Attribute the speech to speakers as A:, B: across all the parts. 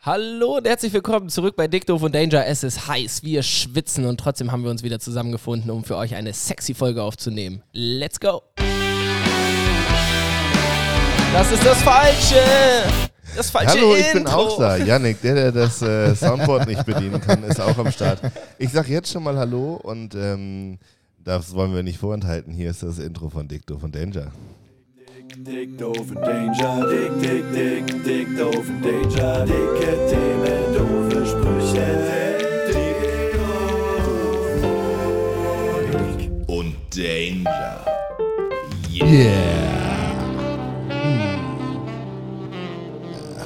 A: Hallo und herzlich willkommen zurück bei Dick Doof und Danger. Es ist heiß, wir schwitzen und trotzdem haben wir uns wieder zusammengefunden, um für euch eine sexy Folge aufzunehmen. Let's go! Das ist das Falsche! Das falsche
B: Hallo, ich
A: Intro.
B: bin auch da. Yannick, der, der das äh, Soundboard nicht bedienen kann, ist auch am Start. Ich sage jetzt schon mal Hallo und ähm, das wollen wir nicht vorenthalten. Hier ist das Intro von Dick Doof und Danger.
C: Dick, doof und Danger, dick, dick, dick, dick, doof und Danger, dicke Themen, doofe Sprüche, dick, doof, dick und Danger.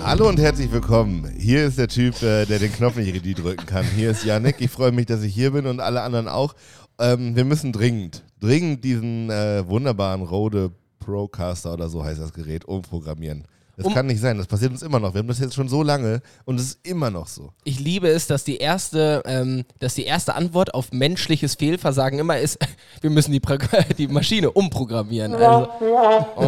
B: Hallo und herzlich willkommen. Hier ist der Typ, äh, der den Knopf nicht richtig drücken kann. Hier ist Yannick. Ich freue mich, dass ich hier bin und alle anderen auch. Ähm, wir müssen dringend, dringend diesen äh, wunderbaren Rode Procaster oder so heißt das Gerät umprogrammieren. Das
A: Um-
B: kann nicht sein. Das passiert uns immer noch. Wir haben das jetzt schon so lange und es ist immer noch so.
A: Ich liebe es, dass die erste, ähm, dass die erste Antwort auf menschliches Fehlversagen immer ist, wir müssen die, Pro die Maschine umprogrammieren. Also, oh,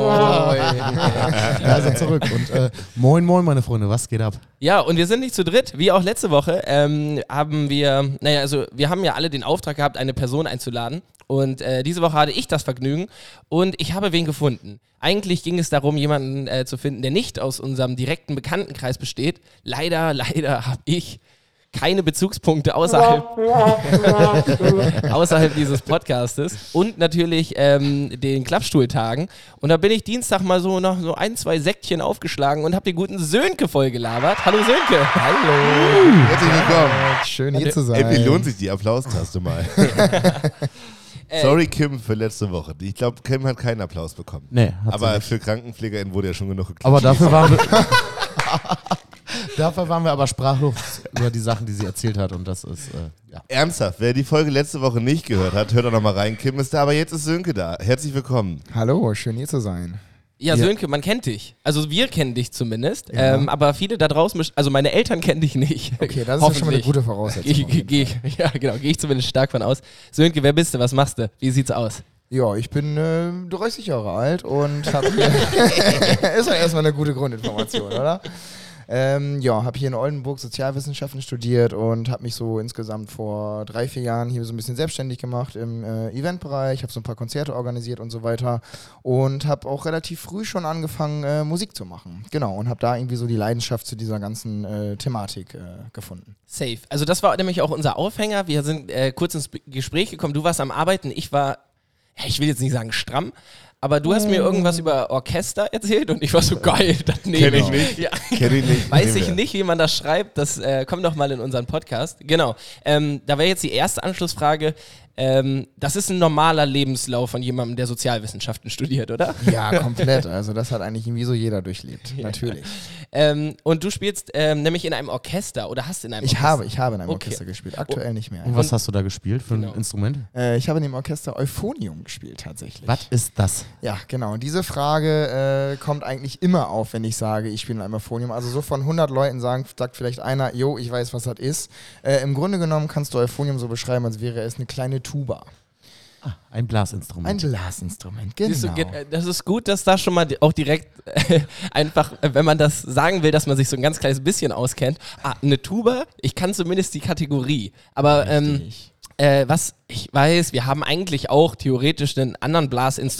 D: Ja, sind zurück. Und äh, moin, moin, meine Freunde, was geht ab?
A: Ja, und wir sind nicht zu dritt. Wie auch letzte Woche ähm, haben wir, naja, also wir haben ja alle den Auftrag gehabt, eine Person einzuladen. Und äh, diese Woche hatte ich das Vergnügen und ich habe wen gefunden. Eigentlich ging es darum, jemanden äh, zu finden, der nicht aus unserem direkten Bekanntenkreis besteht. Leider, leider habe ich keine Bezugspunkte außerhalb, außerhalb dieses Podcastes und natürlich ähm, den Klappstuhltagen. Und da bin ich Dienstag mal so noch so ein, zwei Säckchen aufgeschlagen und habe den guten Sönke vollgelabert. Hallo Sönke. Hallo.
B: Herzlich willkommen.
D: Schön hier zu sein.
B: Endlich lohnt sich die Applaustaste mal.
A: Äh,
B: Sorry, Kim, für letzte Woche. Ich glaube, Kim hat keinen Applaus bekommen.
D: Nee, hat sie
B: aber
D: nicht.
B: für KrankenpflegerInnen wurde ja schon genug geklatscht.
D: Aber dafür waren wir. dafür waren wir aber sprachlos über die Sachen, die sie erzählt hat. Und das ist, äh, ja.
B: Ernsthaft, wer die Folge letzte Woche nicht gehört hat, hört doch nochmal rein. Kim ist da, aber jetzt ist Sönke da. Herzlich willkommen.
E: Hallo, schön hier zu sein.
A: Ja,
D: Ja.
A: Sönke, man kennt dich. Also wir kennen dich zumindest. Ähm, aber viele da draußen, best- also meine Eltern kennen dich nicht.
E: Okay, das ist ja schon mal
A: Hoffentlich.
E: eine gute
A: Geh,
E: Voraussetzung.
A: geh, geh, ja, genau, gehe ich zumindest stark von aus. Sönke, wer bist du? Was machst du? Wie sieht's aus?
E: Ja, ich bin äh, 30 Jahre alt und habe hier. ist ja erstmal eine gute Grundinformation, oder? Ähm, ja, habe hier in Oldenburg Sozialwissenschaften studiert und habe mich so insgesamt vor drei, vier Jahren hier so ein bisschen selbstständig gemacht im äh, Eventbereich, habe so ein paar Konzerte organisiert und so weiter und habe auch relativ früh schon angefangen, äh, Musik zu machen. Genau, und habe da irgendwie so die Leidenschaft zu dieser ganzen äh, Thematik äh, gefunden.
A: Safe. Also das war nämlich auch unser Aufhänger. Wir sind äh, kurz ins B- Gespräch gekommen. Du warst am Arbeiten, ich war, ja, ich will jetzt nicht sagen stramm, aber du hast mir irgendwas über Orchester erzählt und ich war so geil, das nehme
B: Mm. Kenn ich nicht.
A: Ja.
B: Kenn ich nicht.
A: Weiß
B: Nehmen
A: ich
B: wir.
A: nicht, wie man das schreibt. Das äh, kommt doch mal in unseren Podcast. Genau. Ähm, da wäre jetzt die erste Anschlussfrage. Ähm, das ist ein normaler Lebenslauf von jemandem, der Sozialwissenschaften studiert, oder?
E: Ja, komplett. Also das hat eigentlich irgendwie so jeder durchlebt. Natürlich.
A: Ähm, und du spielst ähm, nämlich in einem Orchester oder hast in einem
E: Ich
A: Orchester.
E: habe, ich habe in einem
A: Okay. Oh.
E: Orchester gespielt. Aktuell nicht mehr.
D: Und was hast du da gespielt für ein
A: Genau.
D: Instrument?
E: Äh, ich habe in dem Orchester Euphonium gespielt tatsächlich.
D: Was ist das?
E: Ja, genau. Und diese Frage äh, kommt eigentlich immer auf, wenn ich sage, ich spiele in einem Euphonium. Also so von 100 Leuten sagen, sagt vielleicht einer, jo, ich weiß, was das ist. Äh, Im Grunde genommen kannst du Euphonium so beschreiben, als wäre es eine kleine Tuba.
D: Ein Blasinstrument.
E: Ah. Ein Blasinstrument,
A: Siehst du,
E: genau.
A: ge- äh, das ist gut, dass da schon mal di- auch direkt äh, einfach, äh, wenn man das sagen will, dass man sich so ein ganz kleines bisschen auskennt. Ah, eine Tuba, ich kann zumindest die Kategorie. Aber ähm,
E: Richtig.
A: äh, was ich weiß, wir haben eigentlich auch theoretisch einen anderen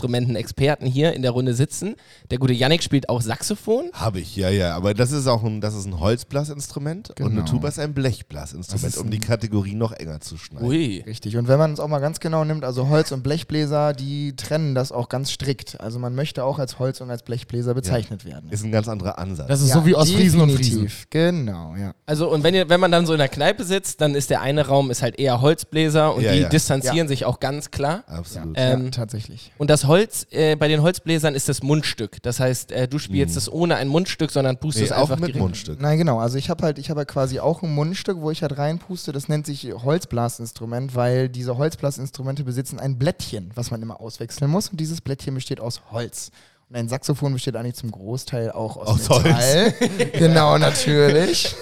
A: Blasinstrumenten-Experten hier in der Runde sitzen. Der gute Yannick spielt auch Saxophon.
B: Habe ich, ja, ja. Aber das ist auch ein, das ist ein Holzblasinstrument und eine
E: Genau.
B: Tuba ist ein
E: Das
B: Blechblasinstrument,
E: ist
B: um die Kategorie noch enger zu schneiden.
A: Ui.
E: Richtig. Und wenn man es auch mal ganz genau nimmt, also Holz- und Blechbläser, die trennen das auch ganz strikt. Also man möchte auch als Holz- und als Blechbläser bezeichnet werden.
B: Ist ein ganz anderer Ansatz.
D: Das ist
E: Ja,
D: so wie Ostfriesen und Friesen.
E: definitiv. Genau, ja.
A: Also, und wenn, ihr, wenn man dann so in der Kneipe sitzt, dann ist der eine Raum ist halt eher Holzbläser und
B: Ja,
A: die
B: ja.
A: distanzieren
E: Ja.
A: sich auch ganz klar.
D: Äh,
B: Absolut.
A: Ähm,
E: ja, tatsächlich.
A: Und das Holz äh, bei den Holzbläsern ist das Mundstück. Das heißt, äh, du spielst es ohne ein Mundstück, sondern pustest
B: Mhm. nee, auch
A: einfach
B: mit
A: direkt.
B: Mundstück.
E: Nein, genau. Also ich habe halt, ich habe halt quasi auch ein Mundstück, wo ich halt reinpuste. Das nennt sich Holzblasinstrument, weil diese Holzblasinstrumente besitzen ein Blättchen, was man immer auswechseln muss. Und dieses Blättchen besteht aus Holz. Und ein Saxophon besteht eigentlich zum Großteil auch aus,
B: Aus
E: Metall. genau, natürlich.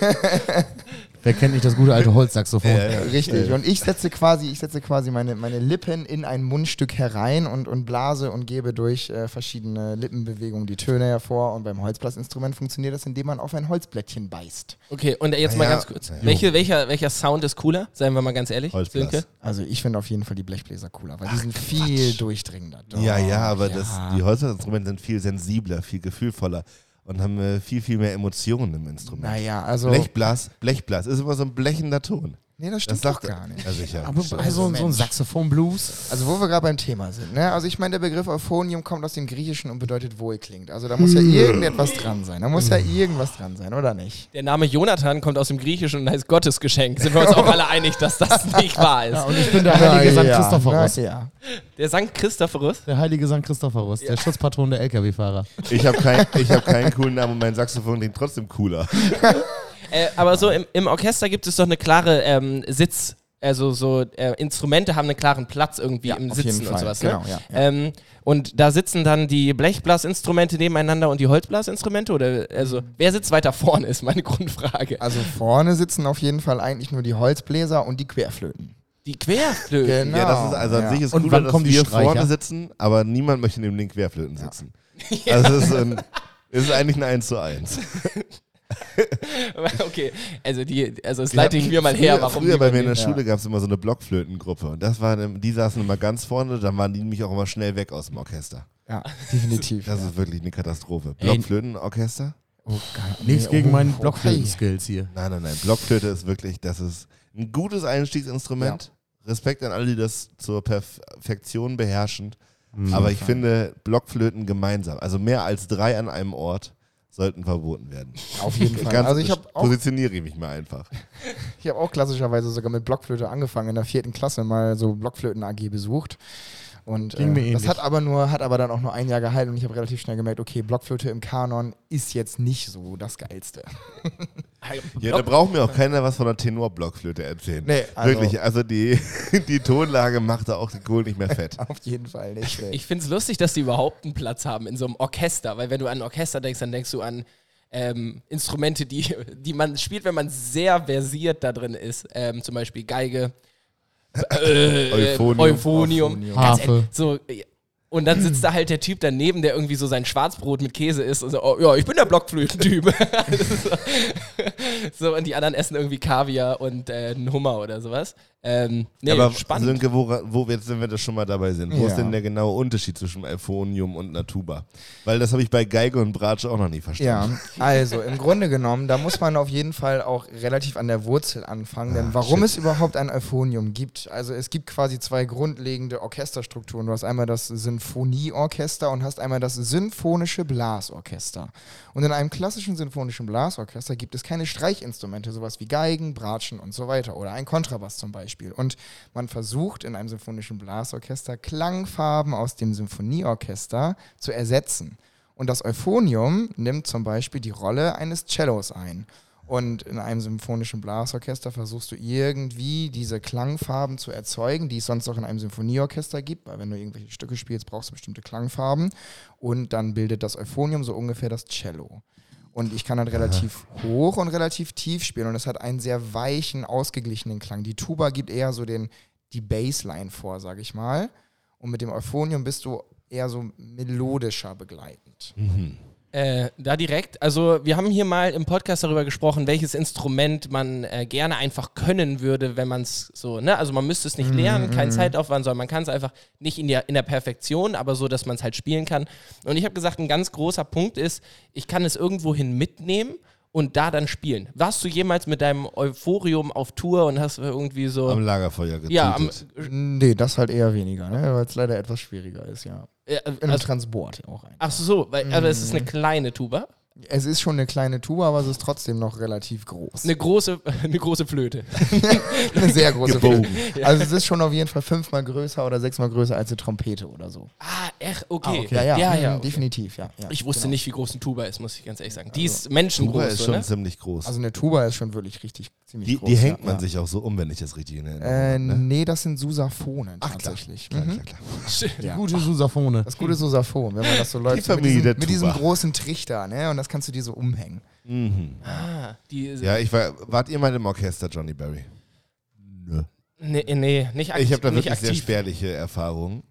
D: Wer kennt nicht das gute alte Holzsaxophon?
B: Äh,
E: Richtig. Und ich setze quasi, ich setze quasi meine, meine Lippen in ein Mundstück herein und, und blase und gebe durch äh, verschiedene Lippenbewegungen die Töne hervor. Und beim Holzblasinstrument funktioniert das, indem man auf ein Holzblättchen beißt.
A: Okay, und jetzt mal
B: Ah Ja.
A: ganz kurz. Welche, welcher, welcher Sound ist cooler? Seien wir mal ganz ehrlich.
B: Holzblas.
A: Sönke?
E: Also ich finde auf jeden Fall die Blechbläser cooler, weil die sind viel durchdringender. Doch.
B: Ja, ja, aber Das, die Holzinstrumente sind viel sensibler, viel gefühlvoller und haben äh, viel, viel mehr Emotionen im Instrument.
E: Naja, also.
B: Blechblas, Blechblas, ist immer so ein blechender Ton.
E: nee, das
B: Das
E: stimmt doch
B: sagt Also
E: gar nicht.
B: Ja, sicher.
D: Aber bei so, so ein
E: Mensch.
D: Saxophon-Blues.
E: Also wo wir gerade beim Thema sind, ne? Also ich meine, der Begriff Euphonium kommt aus dem Griechischen und bedeutet wohlklingend. Also da muss ja irgendetwas dran sein. Da muss ja irgendwas dran sein, oder nicht?
A: Der Name Jonathan kommt aus dem Griechischen und heißt Gottesgeschenk. Sind wir uns auch alle einig, dass das nicht wahr ist?
D: Und ich bin der heilige St. Christophorus.
E: Na, ja.
A: Der Sankt Christophorus.
D: Der heilige St. Christophorus, der Schutzpatron der LKW-Fahrer.
B: Ich habe kein, ich hab keinen coolen Namen und mein Saxophon klingt trotzdem cooler.
A: Äh, aber so im, im Orchester gibt es doch eine klare ähm, Sitz. Also so äh, Instrumente haben einen klaren Platz irgendwie
E: Ja,
A: im
E: auf jeden
A: Sitzen und
E: Fall.
A: sowas.
E: Genau,
A: ne?
E: ja, ja.
A: Ähm, und da sitzen dann die Blechblasinstrumente nebeneinander und die Holzblasinstrumente oder also wer sitzt weiter vorne ist meine Grundfrage.
E: Also vorne sitzen auf jeden Fall eigentlich nur die Holzbläser und die Querflöten.
A: Die Querflöte.
E: Genau.
B: Ja, das ist also an
E: Ja.
B: sich ist
D: Und
B: cooler,
D: wann
B: dass
D: kommen die
B: wir
D: Streicher?
B: vorne sitzen, aber niemand möchte neben den Querflöten sitzen. Also es ist, ein, es ist eigentlich ein 1 zu 1.
A: Okay, also die also das leite ich mir mal her,
B: früher,
A: warum
B: Früher
A: die
B: bei mir in der
E: ja.
B: Schule gab es immer so eine Blockflötengruppe und das waren, die saßen immer ganz vorne, dann waren die nämlich auch immer schnell weg aus dem Orchester.
E: Ja, definitiv.
B: Das ist wirklich eine Katastrophe. Blockflötenorchester?
E: oh, geil.
D: Nichts
E: Nee,
D: gegen
E: oh,
D: meinen
E: oh,
D: Blockflöten-Skills hier.
B: Nein, nein, nein. Blockflöte ist wirklich, das ist ein gutes Einstiegsinstrument. Respekt an alle, die das zur Perfektion beherrschen.
E: Mhm.
B: Aber ich finde, Blockflöten gemeinsam, also mehr als drei an einem Ort, sollten verboten werden.
E: hey, Auf jeden Fall.
B: Ganz
E: Also ich habe auch,
B: positioniere ich mich mal einfach.
E: ich hab auch klassischerweise sogar mit Blockflöte angefangen, in der vierten Klasse mal so Blockflöten-AG besucht. Und
D: Ging mir
E: äh, das
D: ähnlich.
E: hat aber nur, hat aber dann auch nur ein Jahr gehalten und ich habe relativ schnell gemerkt, okay, Blockflöte im Kanon ist jetzt nicht so das Geilste.
B: Ja, da braucht mir auch keiner was von der Tenorblockflöte erzählen.
E: Nee, also-
B: Wirklich, also die, die Tonlage macht da auch den Kohl nicht mehr fett.
E: Auf jeden Fall nicht. ey.
A: Ich finde es lustig, dass die überhaupt einen Platz haben in so einem Orchester, weil wenn du an ein Orchester denkst, dann denkst du an ähm, Instrumente, die, die man spielt, wenn man sehr versiert da drin ist. Ähm, zum Beispiel Geige, äh,
B: Euphonium.
A: Euphonium, Ganz
D: Harfe.
A: ehrlich, So, äh, und dann sitzt da halt der Typ daneben, der irgendwie so sein Schwarzbrot mit Käse isst und so, oh, ja, ich bin der Blockflötentyp. so, und die anderen essen irgendwie Kaviar und äh, einen Hummer oder sowas. Ähm, nee,
B: Aber
A: spannend.
B: Sönke, wo, wo jetzt, wenn wir das schon mal dabei sind, wo
E: Ja.
B: ist denn der genaue Unterschied zwischen Euphonium und einer Tuba? Weil das habe ich bei Geige und Bratsche auch noch nie verstanden.
E: Ja, also im Grunde genommen, da muss man auf jeden Fall auch relativ an der Wurzel anfangen, denn warum es überhaupt ein Euphonium gibt. Also es gibt quasi zwei grundlegende Orchesterstrukturen. Du hast einmal das Sinfonieorchester und hast einmal das symphonische Blasorchester. Und in einem klassischen symphonischen Blasorchester gibt es keine Streichinstrumente, sowas wie Geigen, Bratschen und so weiter oder ein Kontrabass zum Beispiel. Und man versucht in einem symphonischen Blasorchester Klangfarben aus dem Symphonieorchester zu ersetzen. Und das Euphonium nimmt zum Beispiel die Rolle eines Cellos ein. Und in einem symphonischen Blasorchester versuchst du irgendwie diese Klangfarben zu erzeugen, die es sonst auch in einem Symphonieorchester gibt, weil wenn du irgendwelche Stücke spielst, brauchst du bestimmte Klangfarben. Und dann bildet das Euphonium so ungefähr das Cello. Und ich kann dann relativ hoch und relativ tief spielen. Und es hat einen sehr weichen, ausgeglichenen Klang. Die Tuba gibt eher so den, die Bassline vor, sage ich mal. Und mit dem Euphonium bist du eher so melodischer begleitend.
A: Äh, da direkt. Also wir haben hier mal im Podcast darüber gesprochen, welches Instrument man äh, gerne einfach können würde, wenn man es so, ne? Also man müsste es
E: Mhm,
A: nicht lernen, kein Zeitaufwand, sondern man kann es einfach nicht in der, in der Perfektion, aber so, dass man es halt spielen kann. Und ich habe gesagt, ein ganz großer Punkt ist, ich kann es irgendwohin mitnehmen und da dann spielen. Warst du jemals mit deinem Euphorium auf Tour und hast irgendwie so...
B: Am Lagerfeuer getötet.
A: ja, am,
E: Nee, das halt eher weniger, ne? weil es leider etwas schwieriger ist, ja.
A: äh,
E: Im Mhm.
A: also,
E: Transport auch ein.
A: ach so, weil, aber es ist eine kleine Tuba.
E: Es ist schon eine kleine Tuba, aber es ist trotzdem noch relativ groß.
A: Eine große, eine große Flöte.
E: Eine sehr große
B: Gebogen.
E: Flöte. Also es ist schon auf jeden Fall fünfmal größer oder sechsmal größer als eine Trompete oder so.
A: Ah, echt, okay.
E: Ja, ja,
A: ja,
E: mhm,
A: ja okay.
E: definitiv, ja. ja
A: Ich wusste
E: genau.
A: nicht, wie groß ein Tuba ist, muss ich ganz ehrlich sagen. Die ist
B: Also, Tuba
A: menschengroß,
B: ist
A: so,
B: schon
A: ne?
B: ziemlich groß.
E: Also eine Tuba ist schon wirklich richtig ziemlich
B: die,
E: groß.
B: die hängt
E: ja,
B: man
E: ja.
B: sich auch so um, wenn ich das richtig in Erinnerung
E: Äh,
B: habe. Ne?
E: nee, das sind Susaphonen tatsächlich.
B: Klar,
E: Mhm.
B: klar, klar.
D: Gute Susaphone.
E: Ah. Das gute Sosaphon, wenn man das so läuft.
B: Familie
E: mit
B: der
E: diesem, mit diesem
B: Tuba.
E: großen Trichter, ne? Und das kannst du dir so umhängen.
A: Ah, Die,
B: Mhm. Ja, ich war. Wart ihr mal im Orchester, Johnny Berry? Nö.
A: nee, nee, nicht aktiv.
B: Ich habe da
A: nicht
B: wirklich sehr
A: aktiv.
B: spärliche Erfahrungen.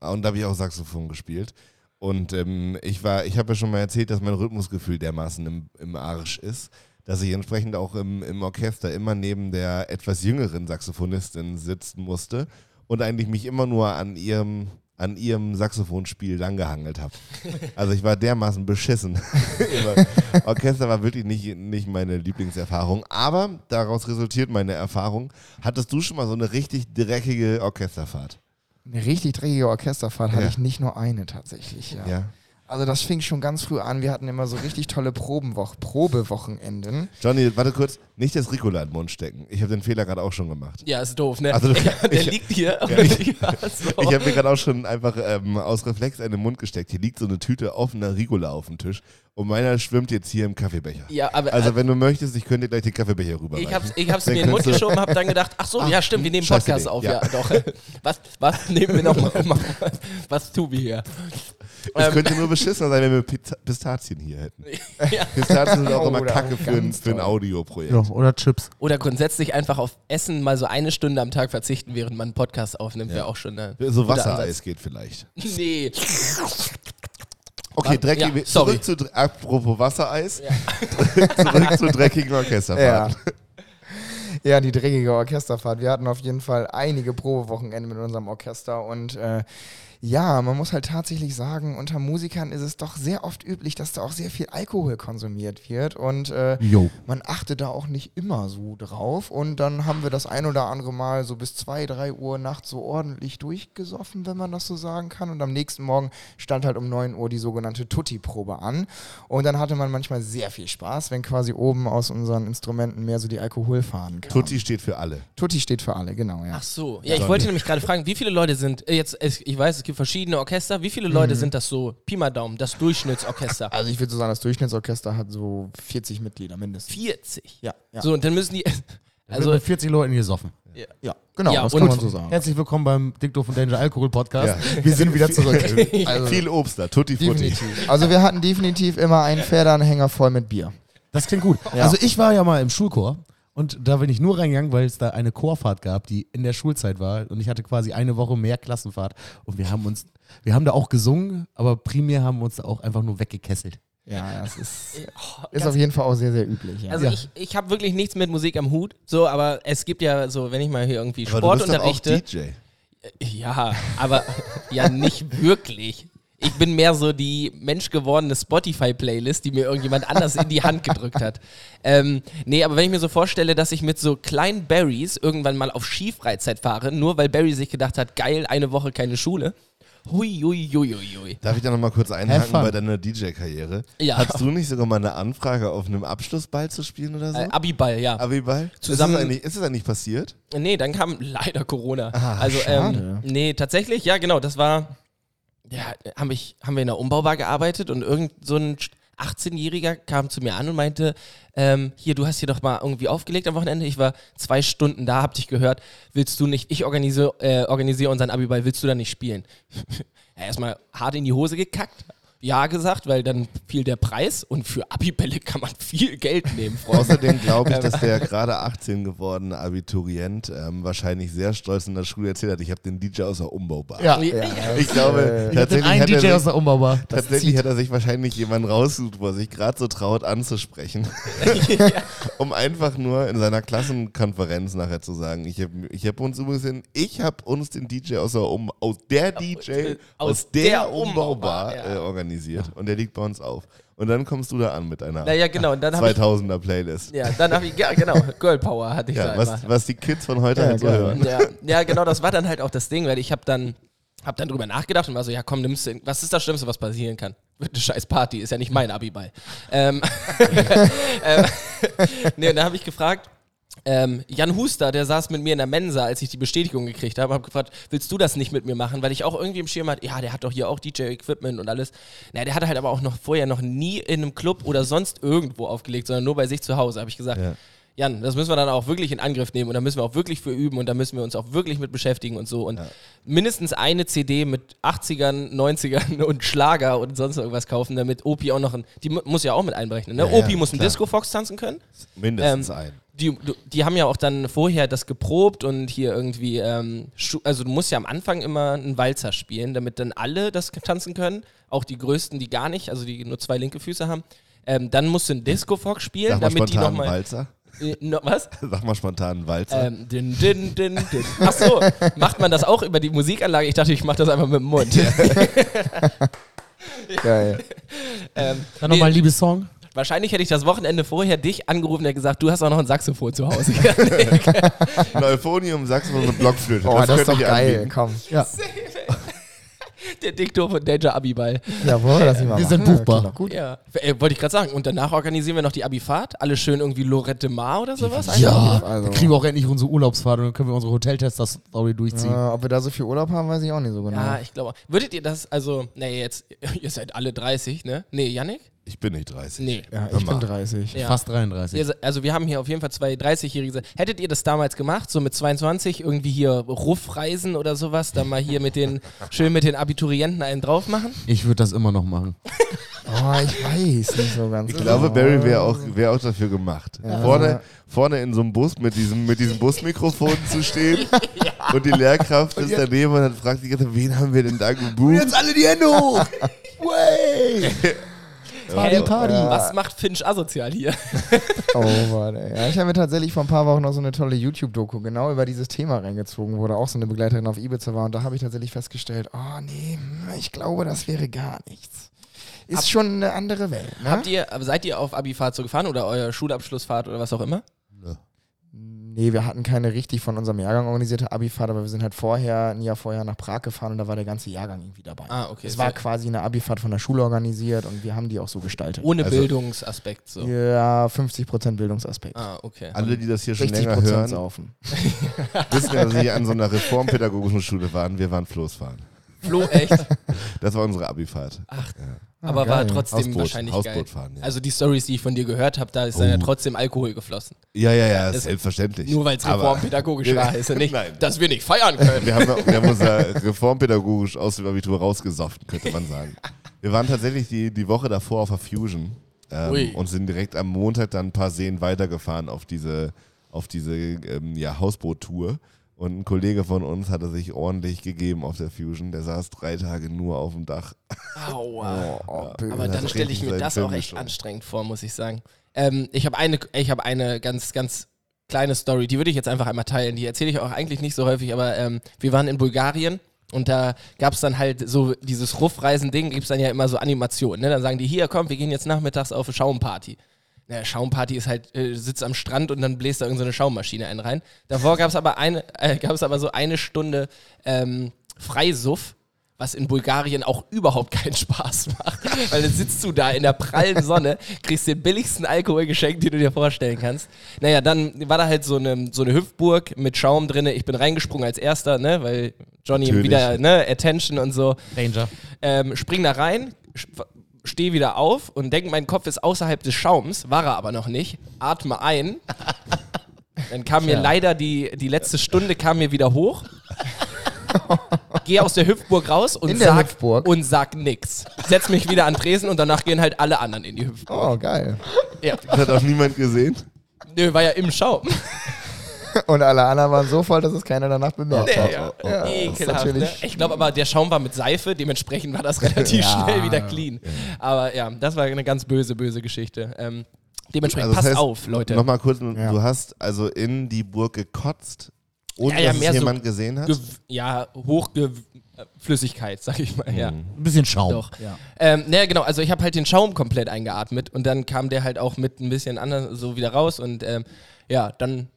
B: Und da habe ich auch Saxophon gespielt. Und ähm, ich war, ich habe ja schon mal erzählt, dass mein Rhythmusgefühl dermaßen im, im Arsch ist, dass ich entsprechend auch im, im Orchester immer neben der etwas jüngeren Saxophonistin sitzen musste und eigentlich mich immer nur an ihrem an ihrem Saxophonspiel langgehangelt habe. Also ich war dermaßen beschissen. Immer. Orchester war wirklich nicht, nicht meine Lieblingserfahrung, aber daraus resultiert meine Erfahrung. Hattest du schon mal so eine richtig dreckige Orchesterfahrt?
E: Eine richtig dreckige Orchesterfahrt hatte
B: Ja.
E: ich nicht nur eine tatsächlich. Ja. Also das fing schon ganz früh an. Wir hatten immer so richtig tolle Probenwoch Probewochenenden.
B: Johnny, warte kurz. Nicht das Ricola in den Mund stecken. Ich habe den Fehler gerade auch schon gemacht.
A: Ja, ist doof, ne?
B: Also, du-
A: ja, der
B: ich-
A: liegt hier.
B: Ja, ich-
A: Ja, so.
B: Ich habe mir gerade auch schon einfach ähm, aus Reflex einen Mund gesteckt. Hier liegt so eine Tüte offener Ricola auf dem Tisch und meiner schwimmt jetzt hier im Kaffeebecher.
A: ja, aber
B: Also wenn du möchtest, ich könnte dir gleich den Kaffeebecher
A: ich
B: rüberreichen.
A: hab's, ich hab's
B: Dann
A: mir in den Mund
B: kannst du-
A: geschoben, hab dann gedacht, ach so, ja stimmt, wir nehmen
B: scheiß
A: Podcast
B: Idee,
A: auf, ja.
B: ja.
A: doch. Was, was nehmen wir nochmal? Was, was tun wir hier?
B: Es
A: Ähm.
B: könnte nur beschissener sein, wenn wir Pizza Pistazien hier hätten.
A: Ja.
B: Pistazien sind auch
E: Oh,
B: immer
E: da-
B: Kacke für ein,
E: ganz
B: für ein
E: toll.
B: Audioprojekt.
D: Ja, oder Chips.
A: Oder grundsätzlich einfach auf Essen mal so eine Stunde am Tag verzichten, während man einen Podcast aufnimmt, wäre auch schon eine
B: So
A: guter
B: Wassereis geht vielleicht.
A: Ansatz. Nee.
B: Okay,
A: Ja,
B: dreckig, wir-
A: sorry.
B: zurück zu, dr- apropos Wassereis, zurück zu dreckigen Orchesterfahrten.
E: Ja, die dreckige Orchesterfahrt. Wir hatten auf jeden Fall einige Probewochenenden mit unserem Orchester und äh, ja, man muss halt tatsächlich sagen, unter Musikern ist es doch sehr oft üblich, dass da auch sehr viel Alkohol konsumiert wird und äh,
D: Jo.
E: man achtet da auch nicht immer so drauf und dann haben wir das ein oder andere Mal so bis zwei, drei Uhr nachts so ordentlich durchgesoffen, wenn man das so sagen kann und am nächsten Morgen stand halt um 9 Uhr die sogenannte Tutti-Probe an und dann hatte man manchmal sehr viel Spaß, wenn quasi oben aus unseren Instrumenten mehr so die Alkoholfahnen kamen.
B: Tutti steht für alle.
E: Tutti steht für alle, genau, ja.
A: Ach so. Ja, ich wollte nämlich gerade fragen, wie viele Leute sind, äh, jetzt, es- ich weiß, es gibt verschiedene Orchester, wie viele
B: Mhm.
A: Leute sind das so? Pi mal Daumen, das Durchschnittsorchester.
E: Also ich würde so sagen, das Durchschnittsorchester hat so 40 Mitglieder mindestens.
A: 40.
E: Ja, ja.
A: So, und dann müssen die.
D: Also
A: Also,
D: mit 40 Leuten gesoffen.
E: ja, genau,
A: Ja,
E: das
A: und-
E: kann man so sagen.
D: Herzlich willkommen beim Dick Doof und Danger Alkohol Podcast.
E: Wir sind wieder zurück. Also,
B: Viel Obst da, Tutti Frutti.
E: definitiv. Also wir hatten definitiv immer einen Pferdeanhänger voll mit Bier.
D: Das klingt gut.
E: Ja.
D: Also ich war ja mal im Schulchor und da bin ich nur reingegangen, weil es da eine Chorfahrt gab, die in der Schulzeit war und ich hatte quasi eine Woche mehr Klassenfahrt und wir haben uns, wir haben da auch gesungen, aber primär haben wir uns da auch einfach nur weggekesselt.
E: Ja, das ist,
A: oh,
E: ist
A: ganz-
E: auf jeden Fall auch sehr, sehr üblich. Ja.
A: also ich, ich habe wirklich nichts mit Musik am Hut, so, aber es gibt ja so, wenn ich mal hier irgendwie
B: Aber
A: Sport
B: du bist doch auch
A: unterrichte.
B: DJ.
A: Ja, aber ja, nicht wirklich. Ich bin mehr so die menschgewordene Spotify-Playlist, die mir irgendjemand anders in die Hand gedrückt hat. Ähm, nee, aber wenn ich mir so vorstelle, dass ich mit so kleinen Berries irgendwann mal auf Skifreizeit fahre, nur weil Barry sich gedacht hat, geil, eine Woche keine Schule. Hui, hui, hui, hui, hui.
B: Darf ich da nochmal kurz
D: Have
B: einhaken
D: fun.
B: bei deiner DJ-Karriere?
A: Ja.
B: Hattest du nicht sogar mal eine Anfrage, auf einem Abschlussball zu spielen oder so?
A: Äh, Abiball, ja.
B: Abiball?
A: Zusammen-
B: Ist das eigentlich, ist das eigentlich passiert?
A: Nee, dann kam leider Corona. also, ähm,
E: schade.
A: nee, tatsächlich, ja, genau, das war. Ja, haben, ich, haben wir in der Umbaubar gearbeitet und irgend so ein 18-Jähriger kam zu mir an und meinte: ähm, Hier, du hast hier doch mal irgendwie aufgelegt am Wochenende. Ich war zwei Stunden da, hab dich gehört. Willst du nicht, ich organisiere äh, organisiere unseren Abiball, willst du da nicht spielen? Ja, Erstmal hart in die Hose gekackt. Ja gesagt, weil dann fiel der Preis und für Abibälle kann man viel Geld nehmen, Freunde.
B: Außerdem glaube ich, dass der gerade 18 gewordene Abiturient ähm, wahrscheinlich sehr stolz in der Schule erzählt hat, ich habe den DJ aus der Umbaubar. Ich
A: Äh,
B: glaube,
D: Ich hatte
B: tatsächlich,
D: einen
B: hat er
D: DJ aus
B: sich,
D: der Umbaubar.
B: tatsächlich hat er sich wahrscheinlich jemanden rausgesucht, wo er sich gerade so traut anzusprechen, um einfach nur in seiner Klassenkonferenz nachher zu sagen, ich habe ich hab uns übrigens den, ich habe uns den DJ aus der, um, aus der DJ aus, der, Umbaubar
A: Umbaubar, ja.
B: äh, organisiert und der liegt bei uns auf. Und dann kommst du da an mit einer
A: Naja, genau, und dann habe ich
B: 2000er Playlist.
A: Ja, dann habe ich, ja genau, Girl Power hatte ich
B: Ja,
A: da
B: was, was die Kids von heute halt so
E: geil.
B: hören.
A: immer. Ja, ja, genau, das war dann halt auch das Ding, weil ich habe dann, hab dann drüber nachgedacht und war so, ja komm, nimmst du, was ist das Schlimmste, was passieren kann? Wird eine scheiß Party, ist ja nicht mein Abi-Ball. Ähm, ähm, nee, und da habe ich gefragt, ähm, Jan Huster, der saß mit mir in der Mensa, als ich die Bestätigung gekriegt habe, habe gefragt, willst du das nicht mit mir machen? Weil ich auch irgendwie im Schirm hatte, ja, der hat doch hier auch DJ-Equipment und alles. Naja, der hatte halt aber auch noch vorher noch nie in einem Club oder sonst irgendwo aufgelegt, sondern nur bei sich zu Hause. Habe ich gesagt, ja. Jan, das müssen wir dann auch wirklich in Angriff nehmen und da müssen wir auch wirklich für üben und da müssen wir uns auch wirklich mit beschäftigen und so. Und mindestens eine CD mit 80ern, 90ern und Schlager und sonst irgendwas kaufen, damit Opi auch noch ein. Die mu- muss ja auch mit einberechnen. Ne?
B: Ja, ja,
A: Opi muss einen
B: klar.
A: Disco-Fox tanzen können.
B: Mindestens
A: Ähm,
B: ein.
A: Die, du- die haben ja auch dann vorher das geprobt und hier irgendwie, ähm, Schu- also du musst ja am Anfang immer einen Walzer spielen, damit dann alle das tanzen können, auch die Größten, die gar nicht, also die nur zwei linke Füße haben. Ähm, dann musst du einen Disco-Fox spielen,
B: Sag mal
A: damit die
B: spontan einen
A: nochmal...
B: Walzer.
A: Äh, no, was?
B: Sag mal spontan einen Walzer.
A: Ähm, din, din, din, din. Ach so, macht man das auch über die Musikanlage? Ich dachte, ich mache das einfach mit dem Mund.
E: Geil.
A: Ähm,
D: Dann
A: nee,
D: nochmal liebe Song.
A: wahrscheinlich hätte ich das Wochenende vorher dich angerufen und gesagt, du hast auch noch ein Saxophon zu Hause.
B: Neuphonium, Saxophon und Blockflöte.
E: Boah, Oh, das, ist doch
B: könnte ich
E: geil.
B: anbieten.
E: Komm.
D: Ja,
A: Der Diktor von Danger Abiball.
E: Jawohl, lass ihn mal
D: wir sind
E: machen.
D: buchbar.
E: Gut.
A: Ja, äh, wollte ich gerade sagen. Und danach organisieren wir noch die Abifahrt. Alle schön irgendwie Lorette Mar oder sowas.
D: Ja,
E: Also-
D: dann kriegen wir auch endlich unsere Urlaubsfahrt und dann können wir unsere Hoteltester-Story durchziehen.
E: Äh, ob wir da so viel Urlaub haben, weiß ich auch nicht so genau.
A: Ja, ich glaube. auch. Würdet ihr das, also, nee, jetzt, ihr seid alle 30, ne? Nee, Yannick?
B: Ich bin nicht 30.
A: Nee.
E: Ja,
B: Hör
E: ich
B: mal.
E: bin 30.
A: Ja.
D: Fast 33.
A: Ihr se- Also wir haben hier auf jeden Fall zwei 30-Jährige. Hättet ihr das damals gemacht, so mit 22, irgendwie hier Ruffreisen oder sowas, dann mal hier mit den, schön mit den Abiturienten einen drauf machen?
D: Ich würde das immer noch machen.
E: Oh, ich weiß nicht so ganz. genau.
B: Ich glaube, Barry wäre auch, wär auch dafür gemacht. Vorne, vorne in so einem Bus mit diesem, mit diesem Busmikrofon zu stehen und die Lehrkraft ist daneben und dann fragt die ganze Zeit, wen haben wir denn da gebucht?
D: alle die Hände hoch! Way!
A: Party,
D: Party.
A: äh, Was macht Finch asozial hier?
E: Oh, Mann, ey. Ja, ich habe mir tatsächlich vor ein paar Wochen noch so eine tolle YouTube-Doku genau über dieses Thema reingezogen, wo da auch so eine Begleiterin auf Ibiza war. Und da habe ich tatsächlich festgestellt, oh nee, hm, ich glaube, das wäre gar nichts. Ist schon eine andere Welt, ne?
A: Habt ihr, seid ihr auf Abifahrt so gefahren oder euer Schulabschlussfahrt oder was auch immer?
E: Nee, wir hatten keine richtig von unserem Jahrgang organisierte Abifahrt, aber wir sind halt vorher, ein Jahr vorher nach Prag gefahren und da war der ganze Jahrgang irgendwie dabei.
A: Ah, okay.
E: es war quasi eine Abifahrt von der Schule organisiert und wir haben die auch so gestaltet.
A: ohne
B: Also-
A: Bildungsaspekt Oh, so.
E: Ja, 50% Bildungsaspekt.
A: Ah, okay.
B: Alle, die das hier schon
E: 60%
B: länger hören,
E: saufen.
B: wissen, ja, dass wir hier an so einer reformpädagogischen Schule waren. Wir waren Floßfahren.
A: Flo, echt.
B: Das war unsere Abifahrt.
A: Ah. Aber
E: geil.
A: war trotzdem
B: Hausboot,
A: wahrscheinlich
B: Hausboot
A: geil.
B: fahren, ja. Oh.
A: Also die Stories, die ich von dir gehört habe, da ist dann ja trotzdem Alkohol geflossen.
B: Ja, ja, ja,
A: Das-
B: selbstverständlich.
A: Nur weil es
B: Aber
A: reformpädagogisch war, heißt ja nicht,
B: Nein.
A: dass wir nicht feiern können.
B: Wir haben, wir haben unser reformpädagogisch aus dem Abitur rausgesoffen, könnte man sagen. Wir waren tatsächlich die, die Woche davor auf der Fusion
A: Ui.
B: ähm, und sind direkt am Montag dann ein paar Seen weitergefahren auf diese, auf diese ähm, ja, Hausboot-Tour. Und ein Kollege von uns hatte sich ordentlich gegeben auf der Fusion. Der saß drei Tage nur auf dem Dach.
A: Aua.
E: Oh,
A: Aber
B: Das
A: dann
B: ist
A: stelle
B: richtig
A: ich mir
B: sein
A: das auch
B: Film
A: echt
B: schon.
A: anstrengend vor, muss ich sagen. Ähm, ich habe eine, ich habe eine ganz, ganz kleine Story, die würde ich jetzt einfach einmal teilen. Die erzähle ich auch eigentlich nicht so häufig, aber ähm, wir waren in Bulgarien. Und da gab es dann halt so dieses Ruffreisen-Ding, gibt es dann ja immer so Animationen. Ne? Dann sagen die, hier, komm, wir gehen jetzt nachmittags auf eine Schaumparty. Naja, Schaumparty ist halt, äh, sitzt am Strand und dann bläst da irgendeine so eine Schaummaschine einen rein. Davor gab es aber, eine- äh, gab's aber so eine Stunde ähm, Freisuff, was in Bulgarien auch überhaupt keinen Spaß macht. Weil dann sitzt du da in der prallen Sonne, kriegst den billigsten Alkohol geschenkt, den du dir vorstellen kannst. Naja, dann war da halt so eine, so eine Hüpfburg mit Schaum drinne. Ich bin reingesprungen als erster, ne, weil Johnny
B: Natürlich.
A: wieder, ne, Attention und so
D: Danger.
A: ähm, spring da rein, sch- steh wieder auf und denk, mein Kopf ist außerhalb des Schaums, war er aber noch nicht, atme ein. Dann kam mir leider die, die letzte Stunde kam mir wieder hoch. Geh aus der Hüpfburg raus und
E: In der
A: sag,
E: Hüpfburg?
A: und sag nix. Setz mich wieder an Tresen und danach gehen halt alle anderen in die Hüpfburg.
E: Oh, geil.
A: Ja.
B: Das hat auch niemand gesehen.
A: Nö, war ja im Schaum.
E: Und alle anderen waren so voll, dass es keiner danach bemerkt hat.
A: ja.
E: Ja,
A: Ekelhaft.
E: ist
A: Ne?
E: natürlich-
A: Ich glaube aber, der Schaum war mit Seife, dementsprechend war das relativ schnell wieder clean. Aber ja, das war eine ganz böse, böse Geschichte. Ähm, dementsprechend
B: Also das
A: passt
B: heißt,
A: auf, Leute.
B: Nochmal kurz,
E: Ja.
B: du hast also in die Burg gekotzt, ohne
A: Ja, ja,
B: dass
A: mehr
B: es
A: so
B: jemand gesehen hat.
A: Gew ja, Hochflüssigkeit, sag ich mal. Ja.
D: Ein bisschen Schaum.
A: Doch. Ähm, naja, genau. Also ich habe halt den Schaum komplett eingeatmet und dann kam der halt auch mit ein bisschen anders so wieder raus und ähm, ja, dann,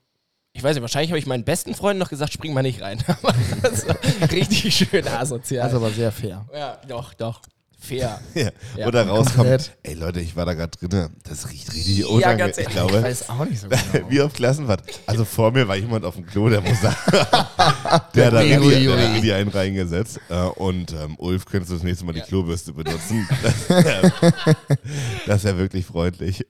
A: ich weiß nicht, wahrscheinlich habe ich meinen besten Freunden noch gesagt, spring mal nicht rein. Aber das war richtig schön asozial.
E: Das ist aber sehr fair.
A: ja, doch, doch. Fair.
B: Ja.
A: Ja.
B: Oder rauskommt,
E: Komplett.
B: ey Leute, ich war da gerade drinne. Das riecht richtig
A: Ja,
B: unangenehm.
A: ganz
B: Ich
A: ehrlich,
E: Ich
B: glaube,
E: weiß auch nicht so genau.
B: wie auf Klassenfahrt. Also vor mir war jemand auf dem Klo, der muss sagen, der hat da
D: Ui,
B: richtig
D: ui,
B: der hat
D: ui.
B: richtig einen reingesetzt. Äh, Und ähm, Ulf, könntest du das nächste Mal die
A: Ja.
B: Klobürste benutzen? Das ist ja wirklich freundlich.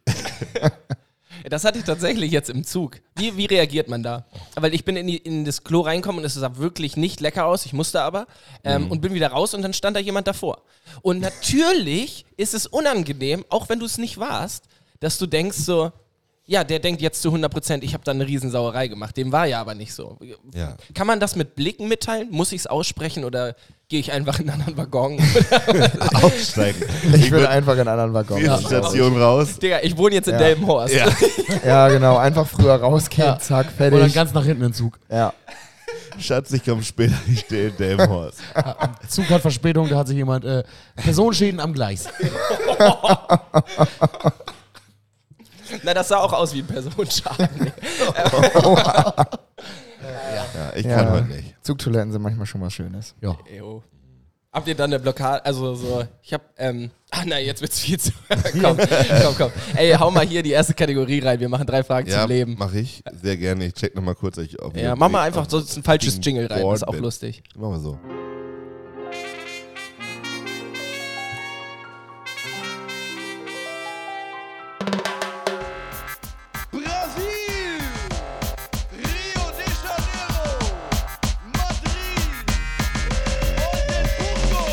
A: Das hatte ich tatsächlich jetzt im Zug. Wie, wie reagiert man da? Weil ich bin in, die, in das Klo reinkommen und es sah wirklich nicht lecker aus, ich musste aber. Ähm,
B: Mhm.
A: Und bin wieder raus und dann stand da jemand davor. Und natürlich ist es unangenehm, auch wenn du es nicht warst, dass du denkst so, ja, der denkt jetzt zu 100 Prozent, ich habe da eine Riesensauerei gemacht. Dem war ja aber nicht so.
B: Ja.
A: Kann man das mit Blicken mitteilen? Muss ich es aussprechen oder gehe ich einfach in einen anderen Waggon?
B: Aufsteigen.
E: Ich würde einfach in einen anderen Waggon.
B: die Station raus.
A: Digga, ich wohne jetzt in
E: Ja.
A: Delmenhorst.
B: Ja.
E: Ja, genau. Einfach früher rausgehen,
D: Ja.
E: zack,
D: Oder
E: fertig.
D: ganz nach hinten in den Zug.
E: Ja.
B: Schatz, ich komme später, ich stehe in Delmhorst.
D: Zug hat Verspätung, da hat sich jemand äh, Personenschäden am Gleis.
A: Na, das sah auch aus wie ein Personenschaden.
B: Ja, ich
E: Ja.
B: kann heute nicht.
E: Zugtoiletten sind manchmal schon was Schönes.
D: Ja.
A: Ejo. oh. Habt ihr dann eine Blockade? Also so, ich hab, ähm, ah nein, jetzt wird's viel zu. komm, komm, komm. Ey, hau mal hier die erste Kategorie rein. Wir machen drei Fragen
B: Ja,
A: zum Leben.
B: mache ich sehr gerne. Ich check nochmal kurz. ob Ich auf
A: Ja, mach mal einfach sonst ein falsches
B: Ding
A: Jingle rein. Ist auch
B: Board.
A: lustig.
B: Machen wir so.
F: Brasil, Rio de Janeiro, Madrid, Oldenburgo.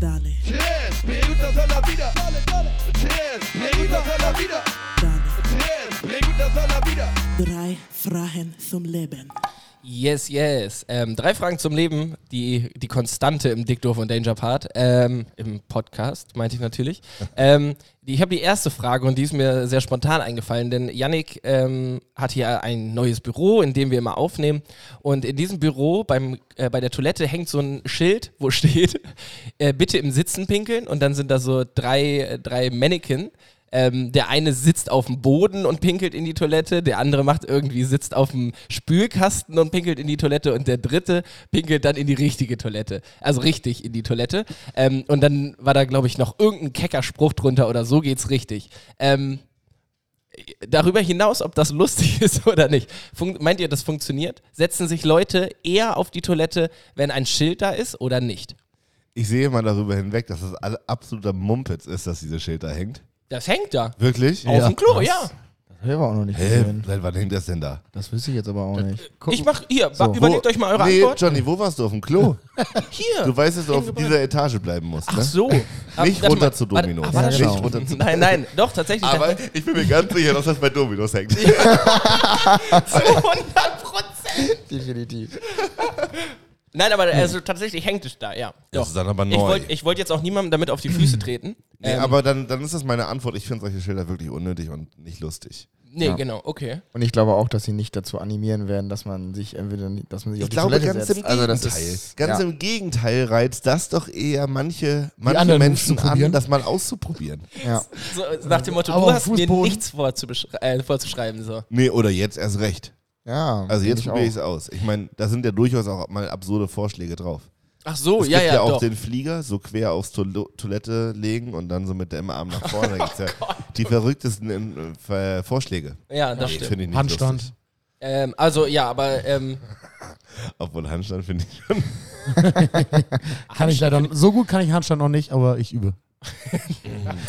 G: Dale,
F: Tres preguntas a la vida. Tres preguntas a la vida.
G: dale.
F: Tres preguntas a la vida.
G: Drei Fragen zum Leben.
A: Yes, yes. Ähm, drei Fragen zum Leben, die, die Konstante im Dick, Doof und Danger Part, ähm, im Podcast, meinte ich natürlich. ähm, die, ich habe die erste Frage und die ist mir sehr spontan eingefallen, denn Yannick ähm, hat hier ein neues Büro, in dem wir immer aufnehmen. Und in diesem Büro beim, äh, bei der Toilette hängt so ein Schild, wo steht, äh, bitte im Sitzen pinkeln. Und dann sind da so drei, äh, drei Mannequin. Ähm, der eine sitzt auf dem Boden und pinkelt in die Toilette, der andere macht irgendwie, sitzt auf dem Spülkasten und pinkelt in die Toilette und der dritte pinkelt dann in die richtige Toilette. Also richtig in die Toilette. Ähm, und dann war da, glaube ich, noch irgendein kecker Spruch drunter oder so geht's richtig. Ähm, darüber hinaus, ob das lustig ist oder nicht, fun- meint ihr, das funktioniert? Setzen sich Leute eher auf die Toilette, wenn ein Schild da ist oder nicht?
B: Ich sehe mal darüber hinweg, dass das alle absoluter Mumpitz ist, dass dieses Schild da hängt.
A: Das hängt da.
B: Wirklich?
A: Auf dem Klo, ja.
E: Hier war auch noch nicht
B: Hä?
E: gesehen.
B: Seit wann hängt das denn da?
E: Das wüsste ich jetzt aber auch nicht.
A: Ich mach hier,
E: So.
A: überlegt euch mal eure
B: nee,
A: Antwort.
B: Johnny, wo warst du? Auf dem Klo?
A: Hier.
B: Du weißt, dass du auf
A: Hingebracht.
B: dieser Etage bleiben musst,
A: Ach
B: ne?
A: so.
B: Nicht
A: Warte
B: runter
A: mal.
B: zu
A: Warte-
B: Domino.
A: Ach, war das
E: Ja,
A: schon?
E: genau.
B: Nicht runter zu-
A: nein, nein, doch, tatsächlich.
B: Aber ich bin mir ganz sicher, dass das bei Dominos hängt.
A: zu 100 Prozent.
E: Definitiv.
A: Nein, aber also, tatsächlich hängt es da, ja.
B: Das
A: Doch.
B: ist dann aber
A: Ich
B: neu.
A: wollte ich wollt jetzt auch niemandem damit auf die Füße treten. Ähm,
B: Nee, aber dann, dann ist das meine Antwort. Ich finde solche Schilder wirklich unnötig und nicht lustig.
A: Nee,
E: Ja.
A: genau, okay.
E: Und ich glaube auch, dass sie nicht dazu animieren werden, dass man sich entweder nicht, dass man sich auf
B: Ich
E: die
B: glaube,
E: Toilette
B: ganz
E: setzt.
B: im
E: also das
B: Gegenteil.
E: ist
B: ganz
E: ja.
B: im Gegenteil reizt das doch eher manche, manche
D: anderen
B: Menschen
D: Moves zu
B: an,
D: probieren.
B: das mal auszuprobieren.
E: ja.
A: So, nach dem Motto,
D: Aber
A: du
D: auf
A: hast mir
D: Fußboden.
A: nichts vorzubesch- äh, vorzuschreiben. So.
B: Nee, oder jetzt erst recht.
E: ja.
B: Also jetzt
E: find
B: probiere ich
E: auch.
B: es aus. Ich meine, da sind ja durchaus auch mal absurde Vorschläge drauf.
A: Ach so,
B: es
A: Oh, ja,
B: gibt
A: ja,
B: ja, auch
A: doch.
B: den Flieger so quer aufs Toil- Toilette legen und dann so mit dem Arm nach vorne. Da gibt's ja
A: Oh
B: die verrücktesten äh, Ver- Vorschläge.
A: ja, das
B: Nee,
A: stimmt.
B: finde ich nicht
D: Handstand.
B: lustig.
A: Ähm, also, ja, aber ähm,
B: Obwohl Handstand finde ich schon.
D: Kann ich leider, so gut kann ich Handstand noch nicht, aber ich übe.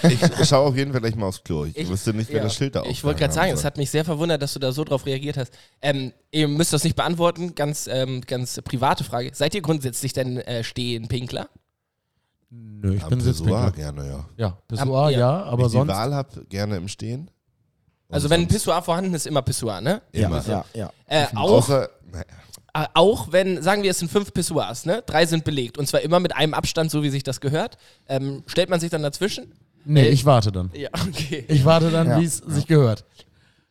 B: Ich schaue auf jeden Fall gleich mal aufs Klo. Ich,
A: Ich-
B: wüsste nicht, wer
A: ja.
B: das Schild da
A: Ich wollte gerade sagen, es hat mich sehr verwundert, dass du da so drauf reagiert hast. Ähm, ihr müsst das nicht beantworten, ganz, ähm, ganz private Frage. Seid ihr grundsätzlich denn äh, Stehenpinkler?
D: Nö, ich
B: Ich
D: bin
B: bin Pissoir
D: Sitzpinkler.
B: gerne, ja.
D: Ja, Pissoir,
A: Ja.
D: ja,
B: Wenn
D: aber
B: ich die
D: sonst.
B: Wahl habe, gerne im Stehen. Und
A: Also wenn ein
B: sonst
A: Pissoir vorhanden ist, immer Pissoir, ne?
B: Immer.
E: Ja, ja.
A: Äh, auch,
B: Außer, naja,
A: äh, auch wenn, sagen wir, es sind fünf Pissoirs, ne? Drei sind belegt und zwar immer mit einem Abstand, so wie sich das gehört. Ähm, stellt man sich dann dazwischen?
D: Nee, Äh, ich warte dann.
A: Ja, okay.
D: Ich warte dann,
E: Ja.
D: wie es sich gehört.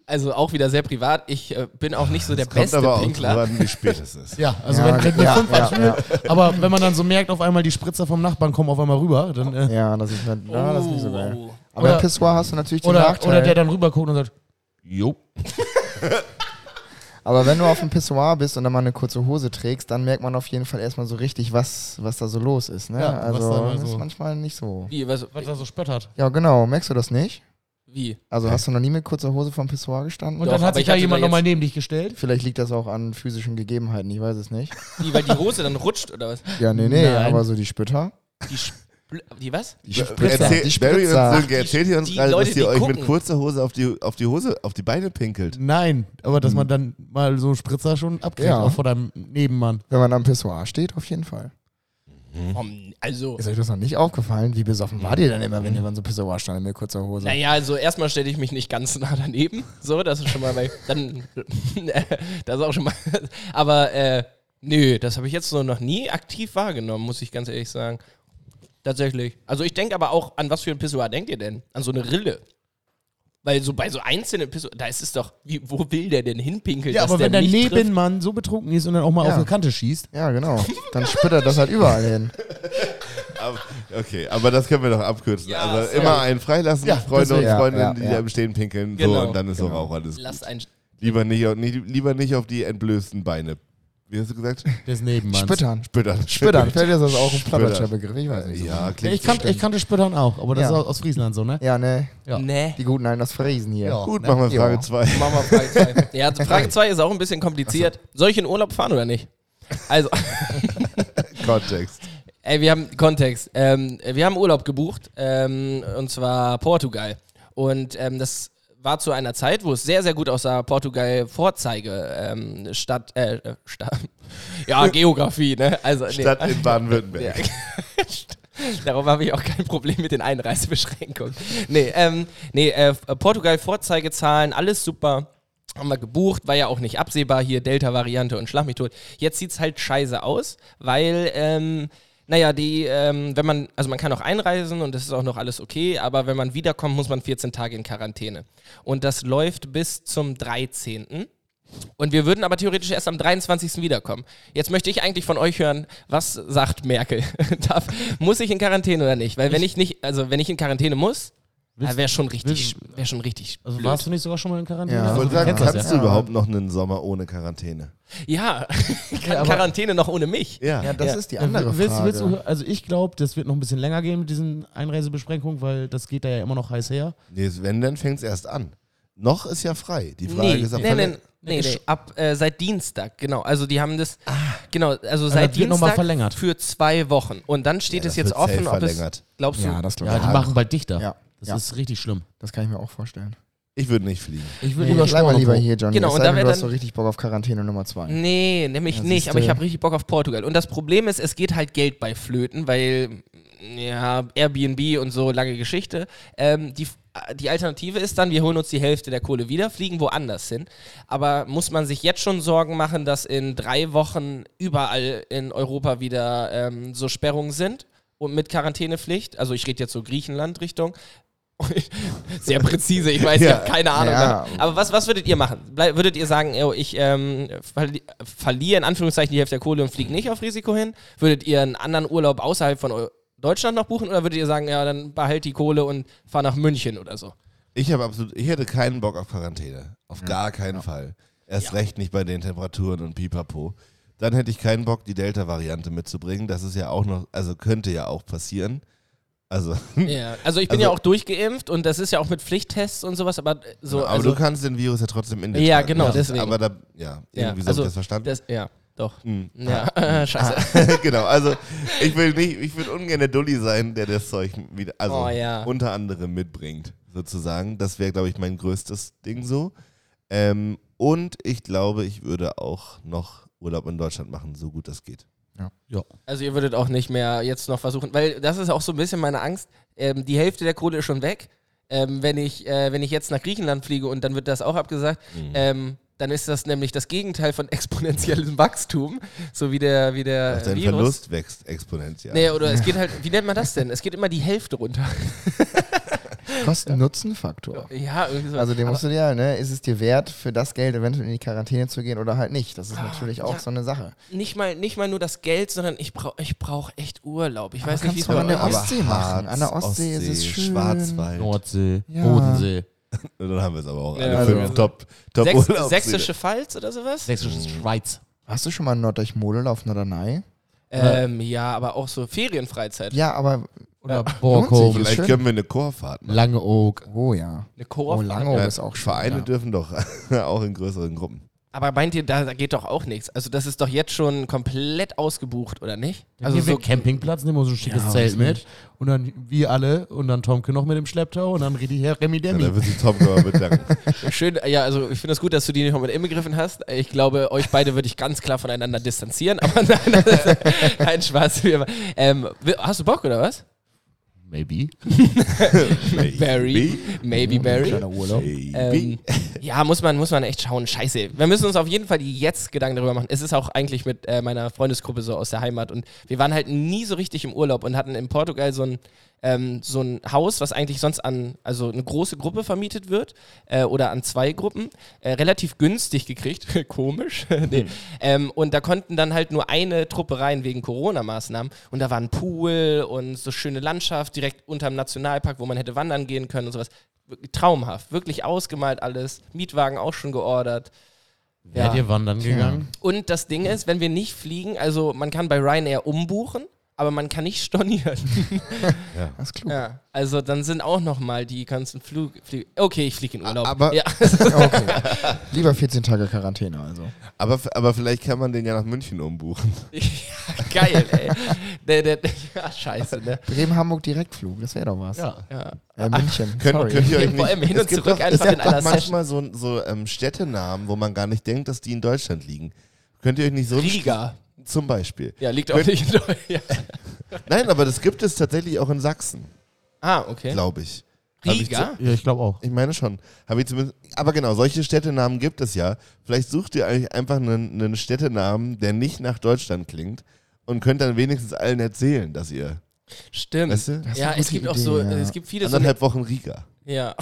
A: Also auch wieder sehr privat. Ich äh, bin auch nicht so der
B: Ah, kommt
A: beste
B: aber auch drüber
A: Pinkler.
B: an, wie spät es ist.
D: Ja, also
E: Ja,
D: wenn, wenn wir
E: ja,
D: fünf
E: ja,
D: anspielen, aber wenn man dann so merkt, auf einmal die Spritzer vom Nachbarn kommen auf einmal rüber, dann. Äh,
E: Ja, das ist, dann- ja, das ist nicht so geil.
A: Oh.
E: Aber
D: Oder-
E: im Pissoir hast du natürlich den
D: Oder,
E: Nachteil.
D: oder der dann rüber guckt und sagt,
B: Jo.
E: aber wenn du auf dem Pissoir bist und dann mal eine kurze Hose trägst, dann merkt man auf jeden Fall erstmal so richtig, was, was da so los ist. Ne?
D: Ja, was
E: also
D: da mal
E: das ist
D: so-
E: manchmal nicht so.
A: Wie, was,
D: was er so spöttert.
E: Ja, genau. Merkst du das nicht?
A: wie?
E: Also hast du noch nie mit kurzer Hose vom Pissoir gestanden?
D: Und
A: Doch,
D: dann hat
A: aber
D: sich
A: ich
D: da
A: hatte
D: jemand
A: da
D: nochmal neben dich gestellt.
E: Vielleicht liegt das auch an physischen Gegebenheiten, ich weiß es nicht.
A: Wie, weil die Hose dann rutscht oder was?
E: Ja, nee, nee,
D: Nein.
E: aber so die Spütter.
A: Die, Sch- Bl- Die was?
E: Die Spritzer.
B: Erzähl,
E: die
B: Barry und
E: Spritzer.
B: Silke, erzählt ihr uns
A: Die
B: gerade,
A: Leute,
B: dass ihr
A: die
B: euch mit
A: gucken.
B: kurzer Hose auf die, auf die Hose, auf die Beine pinkelt?
D: Nein, aber dass man dann mal so einen Spritzer schon abkriegt,
E: Ja.
D: auch vor deinem Nebenmann.
E: Wenn man am Pissoir steht, auf jeden Fall.
A: Vom- Also,
E: Ist euch das noch nicht aufgefallen? Wie besoffen war ihr denn immer, wenn ihr an so einem Pissoir stand mit kurzer Hose?
A: naja, also erstmal stelle ich mich nicht ganz nah daneben. So, das ist schon mal bei. Dann. das ist auch schon mal. Aber, äh, nö, das habe ich jetzt so noch nie aktiv wahrgenommen, muss ich ganz ehrlich sagen. Tatsächlich. Also, ich denke aber auch, an was für ein Pissoir denkt ihr denn? An so eine Rille. Weil so bei so einzelnen Pissoir, da ist es doch, wie, wo will der denn hinpinkeln?
D: Ja,
A: dass
D: aber
A: der
D: wenn der
A: nicht trifft?
D: Nebenmann so betrunken ist und dann auch mal
E: Ja.
D: auf eine Kante schießt,
E: Ja, genau. Dann spittert das halt überall hin.
B: Aber, okay, aber das können wir doch abkürzen.
A: Ja,
B: also
A: sorry.
B: immer einen freilassen,
D: Ja,
B: Freunde und
E: deswegen. Ja,
B: Freundinnen,
E: ja,
B: die
E: ja.
B: da im Stehen pinkeln, so,
A: Genau.
B: und dann ist auch alles.
A: Lasst ein.
B: Lieber nicht, auf- nie, lieber nicht auf die entblößten Beine. Wie hast du gesagt?
D: des Nebenmanns.
E: Spittern.
B: Spittern.
E: Spittern. Fällt dir das auch ein platterscher
B: Spittern.
E: Begriff? Ich weiß nicht.
B: Ja, klingt
D: Ich, kannte, ich kannte Spittern auch, aber das
E: Ja.
D: ist aus- aus Friesland so, ne?
E: Ja, ne.
D: Ja.
A: Nee.
E: Die guten einen das Friesen hier.
D: Ja.
B: Gut, machen wir
E: Ja.
B: Frage 2.
A: Machen wir Frage 2. Ja, also Frage 2 ist auch ein bisschen kompliziert. Soll ich in Urlaub fahren oder nicht? Also,
B: Kontext.
A: ey, wir haben Kontext. Ähm, wir haben Urlaub gebucht ähm, und zwar Portugal. Und ähm, das war zu einer Zeit, wo es sehr, sehr gut aussah, Portugal Vorzeige ähm, Stadt, äh, äh, Stadt, ja, Geografie, ne? Also, nee.
B: Stadt in Baden-Württemberg.
A: Darum habe ich auch kein Problem mit den Einreisebeschränkungen. Nee, ähm, nee äh, Portugal, Vorzeigezahlen, alles super. Haben wir gebucht, war ja auch nicht absehbar hier, Delta-Variante und Schlag mich tot. Jetzt sieht es halt scheiße aus, weil, ähm, naja, die, ähm, wenn man, also man kann auch einreisen und das ist auch noch alles okay, aber wenn man wiederkommt, muss man 14 Tage in Quarantäne. Und das läuft bis zum 13. Und wir würden aber theoretisch erst am 23. wiederkommen. Jetzt möchte ich eigentlich von euch hören, was sagt Merkel? Darf, muss ich in Quarantäne oder nicht? Weil wenn ich nicht, also wenn ich in Quarantäne muss, wäre schon richtig, wäre schon richtig.
D: Also
A: blöd.
D: warst du nicht sogar schon mal in Quarantäne?
E: Ja.
D: Also,
B: Ich wollte
D: du
B: sagen,
D: kennst das
B: kannst
D: ja.
B: du überhaupt noch einen Sommer ohne Quarantäne?
A: Ja, Quarantäne noch ohne mich.
B: Ja.
E: Ja, das
A: Ja.
E: ist die
D: Ja,
E: andere
D: Äh, willst,
E: Frage.
D: willst du, also ich glaube, das wird noch ein bisschen länger gehen mit diesen Einreisebesprränkungen, weil das geht da ja immer noch heiß her.
B: Nee, wenn, dann fängt es erst an. Noch ist ja frei. Die Frage
A: Nee,
B: ist ab
A: nee, nee, nee,
D: Nee,
A: nee. ab äh, seit Dienstag, genau. Also die haben das, genau, also
D: das
A: seit
D: wird noch mal
A: Dienstag
D: verlängert.
A: für zwei Wochen. Und dann steht
B: Ja,
A: es
B: das
A: jetzt
B: wird safe
A: offen, ob es,
B: verlängert.
A: glaubst du,
E: ja, das glaube
D: Ja,
E: ich.
D: die machen bald dichter.
E: Ja.
D: Das
E: Ja.
D: ist richtig schlimm.
E: Das kann ich mir auch vorstellen.
B: Ich würde nicht fliegen.
D: Ich
E: Nee, bleib mal lieber hier, Johnny.
A: Genau,
E: es
A: und
E: sei
A: da
E: denn,
A: wär
E: du hast so
A: dann-
E: richtig Bock auf Quarantäne Nummer zwei.
A: Nee, nämlich
E: Ja,
A: nicht,
E: siehste.
A: aber ich habe richtig Bock auf Portugal. Und das Problem ist, es geht halt Geld bei Flöten, weil ja, Airbnb und so, lange Geschichte. Ähm, die, die Alternative ist dann, wir holen uns die Hälfte der Kohle wieder, fliegen woanders hin. Aber muss man sich jetzt schon Sorgen machen, dass in drei Wochen überall in Europa wieder ähm, so Sperrungen sind und mit Quarantänepflicht? Also ich rede jetzt so Griechenland-Richtung. Sehr präzise, ich weiß, ich
B: Ja.
A: habe keine Ahnung.
E: Ja.
A: Aber was, was würdet ihr machen? Blei- würdet ihr sagen, yo, ich ähm, verli verliere in Anführungszeichen die Hälfte der Kohle und fliege nicht auf Risiko hin? Würdet ihr einen anderen Urlaub außerhalb von Eu Deutschland noch buchen oder würdet ihr sagen, ja, dann behalt die Kohle und fahr nach München oder so?
B: Ich habe absolut, ich hätte keinen Bock auf Quarantäne. Auf gar keinen Fall. Erst recht nicht bei den Temperaturen und pipapo. Dann hätte ich keinen Bock, die Delta-Variante mitzubringen. Das ist ja auch noch, also könnte ja auch passieren. Also,
A: Ja. Also ich bin ja
B: Also-
A: auch durchgeimpft und das ist ja auch mit Pflichttests und sowas, aber äh, so.
B: aber
A: also,
B: du kannst den Virus ja trotzdem in dir
A: Ja,
B: tragen.
A: genau, deswegen.
B: Aber da, ja,
A: ja,
B: irgendwie so
A: also,
B: habe ich das verstanden.
A: das- ja, doch.
B: Hm.
A: Ja, scheiße.
B: genau, also ich will nicht, ich will ungern der Dulli sein, der das Zeug wieder, also
A: Oh, ja.
B: unter anderem mitbringt, sozusagen. Das wäre, glaube ich, mein größtes Ding so. Ähm, und ich glaube, ich würde auch noch Urlaub in Deutschland machen, so gut das geht.
A: Also ihr würdet auch nicht mehr jetzt noch versuchen, weil das ist auch so ein bisschen meine Angst. Ähm, die Hälfte der Kohle ist schon weg. Ähm, wenn, ich, äh, wenn ich jetzt nach Griechenland fliege und dann wird das auch abgesagt,
E: Mhm.
A: ähm, dann ist das nämlich das Gegenteil von exponentiellem Wachstum, so wie der, wie der
B: Auch dein
A: äh, Virus.
B: Verlust wächst exponentiell.
A: Nee, oder es geht halt, wie nennt man das denn? Es geht immer die Hälfte runter.
E: Kosten-Nutzen-Faktor.
A: Ja, irgendwie so.
E: Also den musst du dir, ne, ist es dir wert, für das Geld eventuell in die Quarantäne zu gehen oder halt nicht? Das ist natürlich auch
A: Ah, ja.
E: so eine Sache.
A: nicht, mal, nicht mal nur das Geld, sondern ich brauche ich brauch echt Urlaub. Ich weiß nicht, wie es
E: kannst du
A: bei
E: an der
A: euch
B: Aber
A: ist.
E: Ostsee machen. An der
B: Harz,
E: Ostsee ist es schön.
B: Schwarzwald.
D: Nordsee,
E: Ja.
D: Bodensee,
B: Und dann haben wir es aber auch.
A: Ja,
B: alle
A: also-
B: fünf top, top
A: Sechs,
B: Urlaubsziele.
A: Sächsische Pfalz oder sowas?
D: Sächsische Schweiz.
E: Hast du schon mal in Norddeich-Model auf Norderney?
A: Ähm, ja, aber auch so Ferienfreizeit.
E: Ja, aber, äh,
D: Oder
E: Lohnt
D: Borkum,
E: sich.
B: Vielleicht
E: Schön.
B: können wir eine Chorfahrt machen.
D: Langeoog.
E: oh ja.
A: Eine
E: Oh,
A: Koop.
E: Langeoog
B: Ja,
E: ist auch schön.
B: Vereine
E: ja.
B: dürfen doch auch in größeren Gruppen.
A: Aber meint ihr, da da geht doch auch nichts? Also das ist doch jetzt schon komplett ausgebucht, oder nicht?
D: Also
A: Also
D: so
A: so
D: Campingplatz, nehmen wir so ein schickes
A: Ja,
D: Zelt
A: weiß
D: mit. Und dann wir alle und dann Tomke noch mit dem Schlepptau und dann richtig her Remi
B: Ja,
D: Demi.
B: da wird sich Tom aber bedanken.
A: schön, ja, also ich finde es das gut, dass du die nicht noch mit inbegriffen hast. Ich glaube, euch beide würde ich ganz klar voneinander distanzieren, aber nein, das ist, nein Spaß. Wir- Ähm, wi- hast du Bock, oder was?
D: Maybe.
A: Barry. Maybe Barry.
B: Urlaub.
A: Ähm, ja, muss man, muss man echt schauen. Scheiße. Wir müssen uns auf jeden Fall jetzt Gedanken darüber machen. Es ist auch eigentlich mit äh, meiner Freundesgruppe so aus der Heimat und wir waren halt nie so richtig im Urlaub und hatten in Portugal so ein, ähm, so ein Haus, was eigentlich sonst an, also eine große Gruppe vermietet wird äh, oder an zwei Gruppen, äh, relativ günstig gekriegt. Komisch. nee. ähm, und da konnten dann halt nur eine Truppe rein wegen Corona-Maßnahmen und da war ein Pool und so schöne Landschaft direkt unterm Nationalpark, wo man hätte wandern gehen können und sowas wirklich traumhaft, wirklich ausgemalt alles, Mietwagen auch schon geordert.
D: Wärt ihr wandern gegangen?
A: Und das Ding ist, wenn wir nicht fliegen, also man kann bei Ryanair umbuchen, aber man kann nicht stornieren.
E: Das ist klug.
A: Ja. Also dann sind auch nochmal die ganzen Flug, Flü- Okay, ich fliege in Urlaub.
B: Aber-
A: ja.
E: Lieber 14 Tage Quarantäne also.
B: Aber, f- aber vielleicht kann man den ja nach München umbuchen.
A: ja, geil, ey. der, der, ja, scheiße, ne?
E: Bremen-Hamburg Direktflug, das wäre doch was.
D: Ja.
A: Ja.
E: Äh, München.
B: Könnt,
E: sorry.
B: könnt ihr euch nicht,
A: Vor allem hin
B: es
A: und
B: gibt
A: zurück
B: doch,
A: einfach
B: es
A: in
B: gibt doch
A: aller Session.
B: manchmal so, so ähm, Städtenamen, wo man gar nicht denkt, dass die in Deutschland liegen. Könnt ihr euch nicht so...
A: Riga.
B: Zum Beispiel.
A: Ja, liegt auch nicht in Deutschland. Ja.
B: Nein, aber das gibt es tatsächlich auch in Sachsen,
A: Ah, okay.
B: glaube ich. Hab ich zu-
A: Riga?
D: Ja, ich glaube auch.
B: Ich meine schon. Habe ich zumindest. Aber genau, solche Städtenamen gibt es ja. Vielleicht sucht ihr euch einfach einen, einen Städtenamen, der nicht nach Deutschland klingt und könnt dann wenigstens allen erzählen, dass ihr.
A: Stimmt.
B: Weißt du?
A: Ja,
E: eine
A: es
E: gute
A: gibt auch
E: Idee,
A: so,
E: ja.
A: es gibt viele Hm. so.
B: Anderthalb Wochen Riga.
A: Ja.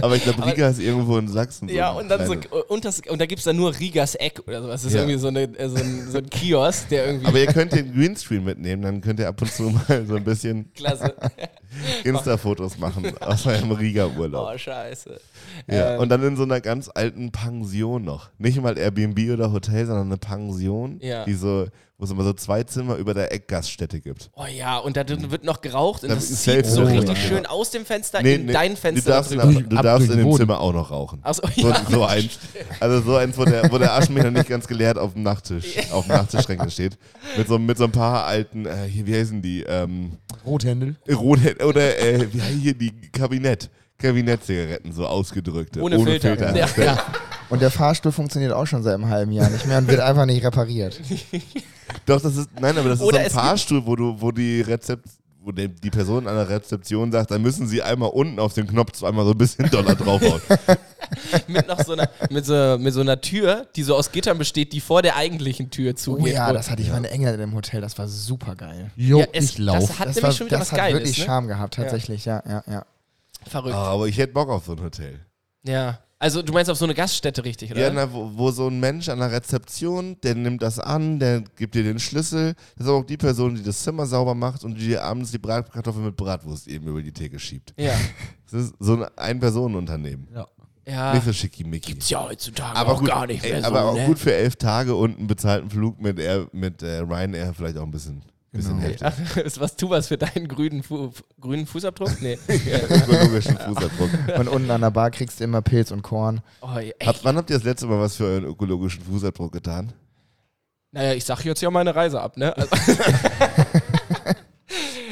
B: Aber ich glaube,
A: Aber-
B: Riga ist irgendwo in Sachsen. so
A: Ja,
B: eine
A: und dann so,
B: kleine-
A: und, das, und da gibt es dann nur Rigas Eck oder sowas. Das ist
B: Ja.
A: irgendwie so, eine, äh, so, ein, so ein Kiosk, der irgendwie.
B: Aber ihr könnt den Greenscreen mitnehmen, dann könnt ihr ab und zu mal so ein bisschen
A: Klasse.
B: Insta-Fotos machen aus eurem Riga-Urlaub.
A: Oh, scheiße.
B: Ja,
A: Ähm,
B: und dann in so einer ganz alten Pension noch. Nicht mal Airbnb oder Hotel, sondern eine Pension,
A: Ja.
B: die so, wo es immer so zwei Zimmer über der Eckgaststätte gibt.
A: Oh ja, und da drin wird noch geraucht und
B: Da
A: das
B: ist
A: zieht so
B: Selfie.
A: richtig
B: Oh, ja.
A: schön aus dem Fenster in dein Fenster.
B: Du darfst, in,
A: drüber.
B: der-
D: drüber.
B: du
D: Ab
B: darfst
D: durch
B: in
D: den
B: dem
D: Boden.
B: Zimmer auch noch rauchen.
A: Ach so,
B: so,
A: ja.
B: so eins. Also so eins, wo der, wo der Aschenbecher nicht ganz geleert auf dem Nachttisch, auf dem Nachttischschränke steht. Mit so, mit so ein paar alten, äh, hier, wie heißen die? Ähm,
D: Rothändel.
B: Rote, oder äh, wie heißen hier die Kabinett? Kabinettzigaretten, so ausgedrückte.
A: Ohne Filter. Ja.
E: Und der Fahrstuhl funktioniert auch schon seit einem halben Jahr nicht mehr und wird einfach nicht repariert.
B: Doch, das ist, nein, aber
A: Oder es
B: das ist so
A: gibt-
B: ein Fahrstuhl, wo du, wo die Rezept, wo der, die Person an der Rezeption sagt, da müssen sie einmal unten auf den Knopf zweimal so ein bisschen Dollar draufhauen.
A: mit noch so einer, mit so, mit so einer Tür, die so aus Gittern besteht, die vor der eigentlichen Tür
E: Oh
A: zugeht.
E: ja, das hatte ich mal in England im Hotel, das war super geil.
D: Jo,
A: Ja, es-
D: ich lauf.
A: Das hat
E: das
A: nämlich
E: war,
A: schon wieder
E: das
A: was
E: hat
A: Geiles.
E: wirklich
A: ne?
E: Charme gehabt, tatsächlich, ja, ja, ja.
B: Ah,
A: Verrückt.
B: aber ich hätte Bock auf so ein Hotel.
A: Ja. Also du meinst auf so eine Gaststätte richtig, oder?
B: Ja, na, wo, wo so ein Mensch an der Rezeption, der nimmt das an, der gibt dir den Schlüssel. Das ist aber auch die Person, die das Zimmer sauber macht und die dir abends die Bratkartoffel mit Bratwurst eben über die Theke schiebt.
A: ja.
B: Das ist so ein Ein-Personen-Unternehmen.
D: Ja.
A: ja.
B: Nicht so schickimicki.
A: Gibt's ja heutzutage
B: aber
A: auch
B: gut,
A: gar nicht mehr
B: ey,
A: so,
B: aber auch
A: ne?
B: gut für elf Tage und einen bezahlten Flug mit, Air, mit äh, Ryanair vielleicht auch ein bisschen, bisschen heftig.
A: Ach, ist was, tu was für deinen grünen, Fu grünen Fußabdruck? Nee.
B: Ökologischen Fußabdruck.
E: Und unten an der Bar kriegst du immer Pilz und Korn.
A: Oh, ey.
B: Habt, wann habt ihr das letzte Mal was für euren ökologischen Fußabdruck getan?
A: Naja, ich sag jetzt ja meine Reise ab, ne?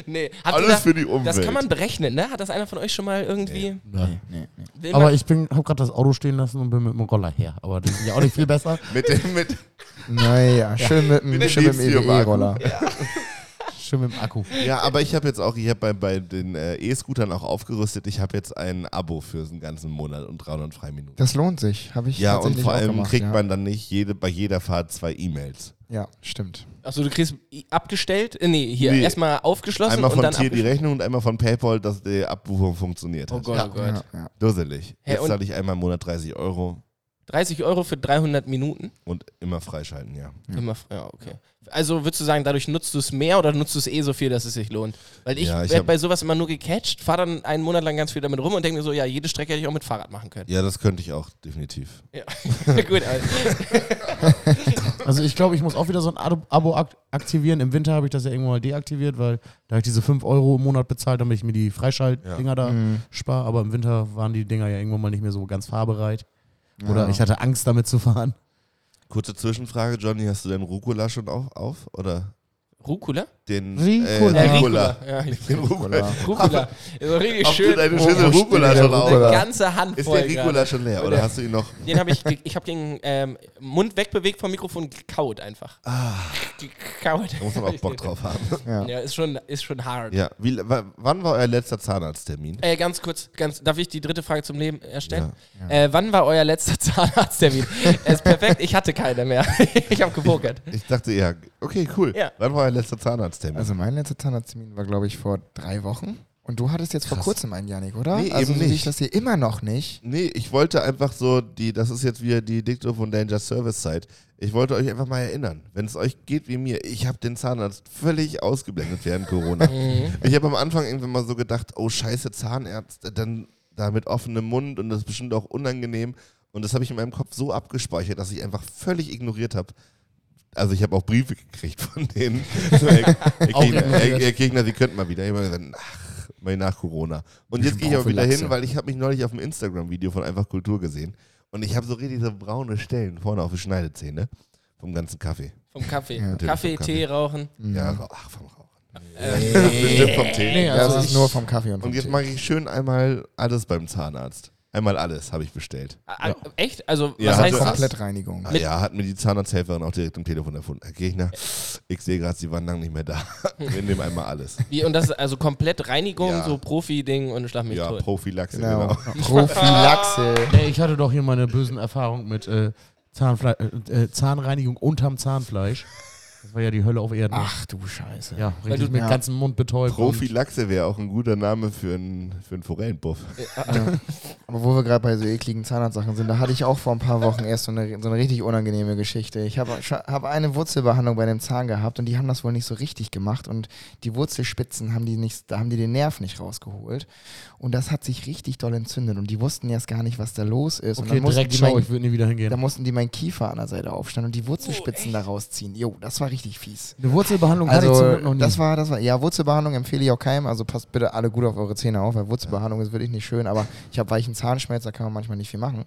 A: Also nee, habt ihr
B: Alles
A: da-
B: für die Umwelt.
A: Das kann man berechnen, ne? Hat das einer von euch schon mal irgendwie.
D: Nee,
A: Will
D: Aber
A: man-
D: ich bin, habe gerade das Auto stehen lassen und bin mit dem Roller her. Aber das ist ja auch nicht viel besser.
B: Mit dem, mit,
E: Naja, schön mit dem
B: Bitte
E: schön mit dem
B: lebst du, Marco.
E: E-Roller.
D: Schön mit dem Akku.
B: ja, aber ich habe jetzt auch, ich habe bei, bei den äh, E-Scootern auch aufgerüstet. Ich habe jetzt ein Abo für den ganzen Monat und 303 Minuten.
E: Das lohnt sich, habe ich
B: Ja, und
E: tatsächlich
B: vor
E: auch
B: allem
E: gemacht,
B: kriegt
E: ja.
B: man dann nicht jede, bei jeder Fahrt zwei E-Mails.
E: Ja, stimmt.
A: Achso, du kriegst i- abgestellt. Äh, Nee, hier
B: Nee.
A: erstmal aufgeschlossen
B: Einmal
A: und
B: von
A: dann
B: Tier die
A: abgeschlossen.
B: Rechnung und einmal von PayPal, dass die Abbuchung funktioniert hat.
A: Oh Gott, oh Gott.
E: Ja, ja.
B: Dusselig.
A: Hä,
B: Jetzt
A: und-
B: zahle ich einmal im Monat 30 Euro
A: 30 Euro für 300 Minuten.
B: und immer freischalten, ja.
A: Immer, f- ja, okay. Also würdest du sagen, dadurch nutzt du es mehr oder nutzt du es eh so viel, dass es sich lohnt? Weil ich,
B: Ja, ich
A: werd
B: hab-
A: bei sowas immer nur gecatcht, fahre dann einen Monat lang ganz viel damit rum und denke mir so, ja, jede Strecke hätte ich auch mit Fahrrad machen können.
B: Ja, das könnte ich auch, definitiv.
A: Ja. Gut, also,
D: Also ich glaube, ich muss auch wieder so ein Ado- Abo ak aktivieren. Im Winter habe ich das ja irgendwann mal deaktiviert, weil da habe ich diese 5 Euro im Monat bezahlt, damit ich mir
A: Mhm.
D: die Freischalt-Dinger da spare. Aber im Winter waren die Dinger ja irgendwann mal nicht mehr so ganz fahrbereit. Oder ich hatte Angst, damit zu fahren.
B: Kurze Zwischenfrage, Johnny, hast du deinen Rucola schon auf? auf? Oder
A: Rucola?
B: den
D: Ricola.
B: Äh,
D: Ja,
B: Ricola.
A: Ja, ich-
B: Den Rucola.
A: Rucola. Also richtig
B: Hast du
A: schön.
B: deine
E: Oh,
B: Schüssel
E: wo steht
B: Rucola
E: der
B: schon
A: Eine
E: Rucola?
B: auf?
A: ganze Hand
B: Ist
A: voll
B: der Ricola
A: gerade.
B: schon leer oder hast du ihn noch?
A: Den habe ich, ge- ich habe den ähm, Mund wegbewegt vom Mikrofon gekaut einfach. Gekaut.
B: Da muss man auch Bock drauf haben.
A: Ja, ist schon, ist schon hart.
B: Ja, wie, wa- wann war euer letzter Zahnarzttermin?
A: Äh, ganz kurz, ganz, darf ich die dritte Frage zum Leben erstellen?
E: Ja.
A: Äh, wann war euer letzter Zahnarzttermin? Er ist perfekt, ich hatte keine mehr. ich habe gepokert.
B: Ich dachte, ja, okay, cool.
A: Ja.
B: Wann war euer letzter Zahnarzttermin?
E: Also mein letzter Zahnarzttermin war, glaube ich, vor drei Wochen. Und du hattest jetzt vor kurzem einen, Janik, oder?
B: Nee,
E: also
B: eben
E: so sehe ich
B: nicht.
E: das hier immer noch nicht.
B: Nee, ich wollte einfach so, die, das ist jetzt wieder die Dicto von Danger Service Site. Ich wollte euch einfach mal erinnern, wenn es euch geht wie mir, ich habe den Zahnarzt völlig ausgeblendet während Corona. ich habe am Anfang irgendwann mal so gedacht, oh scheiße, Zahnärzte, dann da mit offenem Mund und das ist bestimmt auch unangenehm. Und das habe ich in meinem Kopf so abgespeichert, dass ich einfach völlig ignoriert habe. Also ich habe auch Briefe gekriegt von denen. So, Herr, Herr, Gegner, Herr, Herr Gegner, Sie könnten mal wieder. Ich habe immer gesagt, ach, mal nach Corona. Und jetzt gehe ich aber wieder hin,
D: Prophylaxe.
B: weil ich habe mich neulich auf einem Instagram-Video von Einfach Kultur gesehen. Und ich habe so richtig so braune Stellen vorne auf der Schneidezähne vom ganzen Kaffee.
A: Vom Kaffee.
B: natürlich
A: Kaffee,
B: vom
A: Tee, Rauchen.
B: Ja, Rauch- ach, vom Rauchen. Bestimmt vom Tee.
E: das ist nur vom Kaffee und vom
B: Und jetzt
E: Tee.
B: mache ich schön einmal alles beim Zahnarzt. Einmal alles habe ich bestellt.
A: Ah, Echt? Also, was
B: Ja,
A: heißt
B: also-
A: das?
E: Komplettreinigung.
B: Ah, ja, hat mir die Zahnarzthelferin auch direkt am Telefon erfunden. Herr Gegner, ich sehe gerade, Sie waren lang nicht mehr da. Wir nehmen einmal alles.
A: Wie, und das ist also komplett Reinigung,
B: Ja.
A: so Profi-Ding und schlag mich
B: Ja,
A: tot.
B: Prophylaxe,
E: Genau.
B: genau.
E: Prophylaxe.
D: Ey, ich hatte doch hier mal eine böse Erfahrung mit äh, Zahnfle äh, äh, Zahnreinigung unterm Zahnfleisch. Das war ja die Hölle auf Erden.
E: Ach du Scheiße.
D: Ja,
A: Weil
D: richtig
A: du-
D: mit
E: ja.
D: ganzem Mund betäubt.
B: Prophylaxe wäre auch ein guter Name für einen, für einen Forellenbuff.
A: Äh, ah,
E: Aber wo wir gerade bei so ekligen Zahnarztsachen sind, da hatte ich auch vor ein paar Wochen erst so eine, so eine richtig unangenehme Geschichte. Ich habe scha- habe eine Wurzelbehandlung bei dem Zahn gehabt und die haben das wohl nicht so richtig gemacht und die Wurzelspitzen haben die nicht, da haben die den Nerv nicht rausgeholt und das hat sich richtig doll entzündet und die wussten erst gar nicht, was da los ist.
D: Und
E: und
D: okay, direkt
E: die
D: schau,
E: mein,
D: ich würde nie wieder hingehen.
E: da mussten die meinen Kiefer an der Seite aufstellen und die Wurzelspitzen da rausziehen. Jo, das war richtig fies.
D: Eine Wurzelbehandlung hatte ich zum
E: Also
D: Glück noch nie.
E: das war, das war, ja, Wurzelbehandlung empfehle ich auch keinem. Also passt bitte alle gut auf eure Zähne auf, weil Wurzelbehandlung ist wirklich nicht schön. Aber ich habe weichen Zahnschmerz, da kann man manchmal nicht viel machen.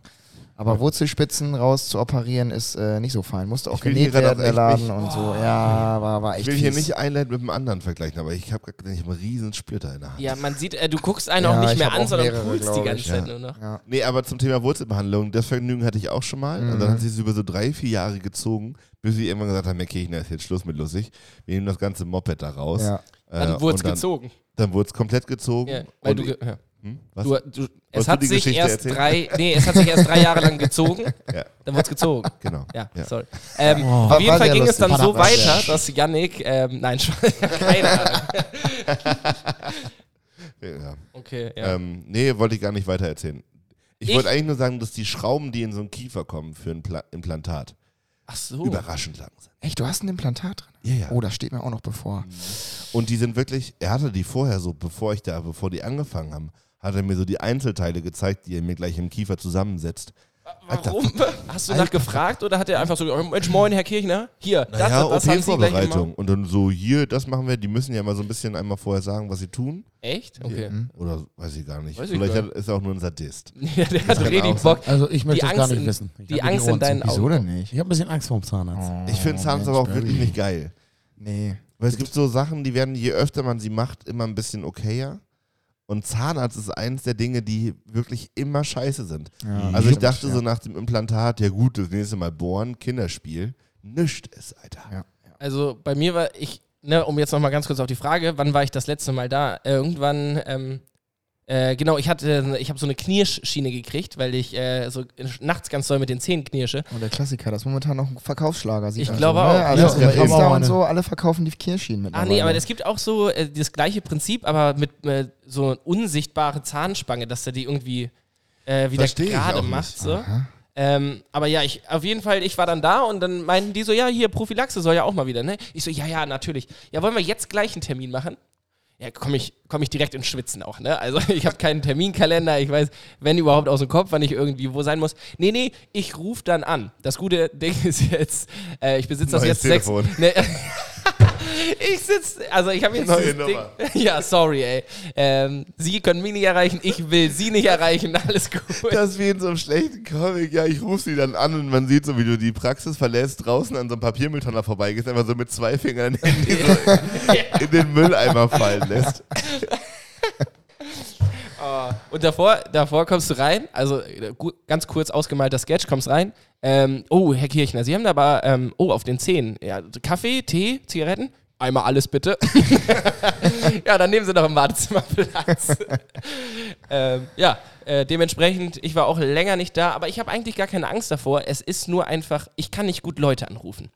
E: Aber Wurzelspitzen raus zu operieren ist äh, nicht so fein. Musste auch
B: will hier
E: genäht
B: gerade
E: werden,
B: auch
E: der
B: echt Oh.
E: Laden und so. Ja, war, war echt
B: Ich will hier
E: fies.
B: nicht einleiten mit einem anderen vergleichen, aber ich habe ich hab einen riesen Splitter in der Hand.
A: Ja, man sieht, äh, du guckst einen
E: Ja,
A: auch nicht
E: ich
A: mehr
E: hab
A: an,
E: auch
A: sondern
E: mehrere,
A: pulst die
E: glaub
A: ganze
E: ich,
A: Zeit
B: ja.
A: nur noch.
E: Ja.
B: Nee, aber zum Thema Wurzelbehandlung, das Vergnügen hatte ich auch schon mal. Und
E: Mhm.
B: dann hat sich es über so drei, vier Jahre gezogen, bis sie irgendwann gesagt haben, Herr Kirchner ist jetzt Schluss mit lustig. Wir nehmen das ganze Moped da raus.
E: Ja.
B: Äh,
A: Dann wurde es
B: und dann-
A: gezogen.
B: Dann wurde es komplett gezogen.
A: Ja, weil du,
B: Und
A: ge- ja.
B: hm, was?
A: du, du, es
B: Wolltest
A: hat
B: du die
A: sich
B: Geschichte
A: erst
B: erzählen?
A: drei, nee, es hat sich erst drei Jahre lang gezogen,
B: Ja.
A: dann wurde es gezogen.
B: Genau.
A: Ja,
B: Ja.
A: sorry. Ähm,
E: Oh. War-
A: auf jeden
E: war
A: Fall
E: sehr
A: ging es
E: lustig.
A: dann so
E: War sehr-
A: weiter, dass Yannick, ähm, nein, schon, keine Ahnung.
B: Ja.
A: Okay, ja.
B: Ähm, nee, wollte ich gar nicht weiter erzählen. Ich,
A: Ich-
B: wollte eigentlich nur sagen, dass die Schrauben, die in so einen Kiefer kommen für ein Pla Implantat,
A: Ach so.
B: überraschend lang sind.
E: Echt, du hast ein Implantat drin?
B: Ja, ja.
E: Oh, das steht mir auch noch bevor.
B: Und die sind wirklich, er hatte die vorher so, bevor ich da, bevor die angefangen haben, hat er mir so die Einzelteile gezeigt, die er mir gleich im Kiefer zusammensetzt.
A: Warum? Hast du nachgefragt oder hat er einfach so, gesagt, Mensch, moin, Herr Kirchner, hier, das,
B: Naja,
A: das haben Sie gleich gemacht.
B: OP-Vorbereitung. Und dann so, hier, das machen wir. Die müssen ja mal so ein bisschen einmal vorher sagen, was sie tun.
A: Echt? Okay.
B: Oder weiß ich gar nicht.
A: Weiß ich
B: Vielleicht
A: gar
B: hat, ist er auch nur ein Sadist.
A: Ja, der hat richtig Bock.
D: also ich möchte
A: Die
D: das gar
A: Angst
D: nicht
A: in-
D: wissen. Ich
A: die
D: hab mir
A: Angst in
D: Ohren zu.
A: deinen
E: Wieso
A: Augen.
E: denn nicht?
D: Ich habe ein bisschen Angst vorm Zahnarzt.
E: Oh.
B: Ich
A: Oh,
B: finde Zahns aber auch wirklich nicht geil.
E: Nee.
B: Weil es gibt so Sachen, die werden, je öfter man sie macht, immer ein bisschen okayer. Und Zahnarzt ist eins der Dinge, die wirklich immer scheiße sind.
E: Ja,
B: also ich
E: stimmt,
B: dachte
E: ja.
B: so nach dem Implantat, ja gut, das nächste Mal bohren, Kinderspiel. Nischt ist, Alter.
E: Ja.
A: Also bei mir war ich, ne, um jetzt nochmal ganz kurz auf die Frage, wann war ich das letzte Mal da? Äh, irgendwann, ähm, äh, genau, ich hatte, ich habe so eine Knirschschiene gekriegt, weil ich äh, so nachts ganz doll mit den Zähnen knirsche.
E: Und Oh, der Klassiker, das ist momentan noch ein Verkaufsschlager. sieht
A: Ich
E: man
A: glaube
E: so,
A: auch.
E: Ne? Also
D: Ja,
E: das
D: ich
E: über
D: glaube
E: Insta
D: auch
E: und
D: eine.
E: so, alle verkaufen die Kirschschienen mit. ne?
A: Ah nee, aber es gibt auch so äh, das gleiche Prinzip, aber mit äh, so einer unsichtbaren Zahnspange, dass er die irgendwie äh, wieder
B: Versteh ich
A: gerade
B: auch nicht.
A: macht. So. Ähm, aber ja, ich, auf jeden Fall, ich war dann da und dann meinten die so, ja, hier, Prophylaxe soll ja auch mal wieder, ne? Ich so, ja, ja, natürlich. Ja, wollen wir jetzt gleich einen Termin machen? Ja, komme ich, komm ich direkt ins Schwitzen auch, ne? Also ich habe keinen Terminkalender, ich weiß, wenn überhaupt aus dem Kopf, wann ich irgendwie wo sein muss. Nee, nee, ich rufe dann an. Das gute Ding ist jetzt, äh, ich besitze das jetzt
B: Neues
A: sechs.
B: Telefon.
A: Nee, Ich sitze, also ich habe jetzt
B: Neue
A: dieses
B: Nummer.
A: Ding. Ja, sorry, ey. Ähm, sie können mich nicht erreichen, ich will sie nicht erreichen, alles gut.
B: Das ist wie in so einem schlechten Comic. Ja, ich rufe sie dann an und man sieht so, wie du die Praxis verlässt, draußen an so einem Papiermülltonner vorbeigehst, einfach so mit zwei Fingern in, die so in den Mülleimer fallen lässt.
A: Und davor, davor kommst du rein, also äh, gu- ganz kurz ausgemalter Sketch, kommst rein. Ähm, oh, Herr Kirchner, Sie haben da aber, ähm, oh, auf den Zehen. Ja, Kaffee, Tee, Zigaretten? Einmal alles bitte. ja, dann nehmen Sie doch im Wartezimmer Platz. ähm, ja, äh, dementsprechend, ich war auch länger nicht da, aber ich habe eigentlich gar keine Angst davor. Es ist nur einfach, ich kann nicht gut Leute anrufen.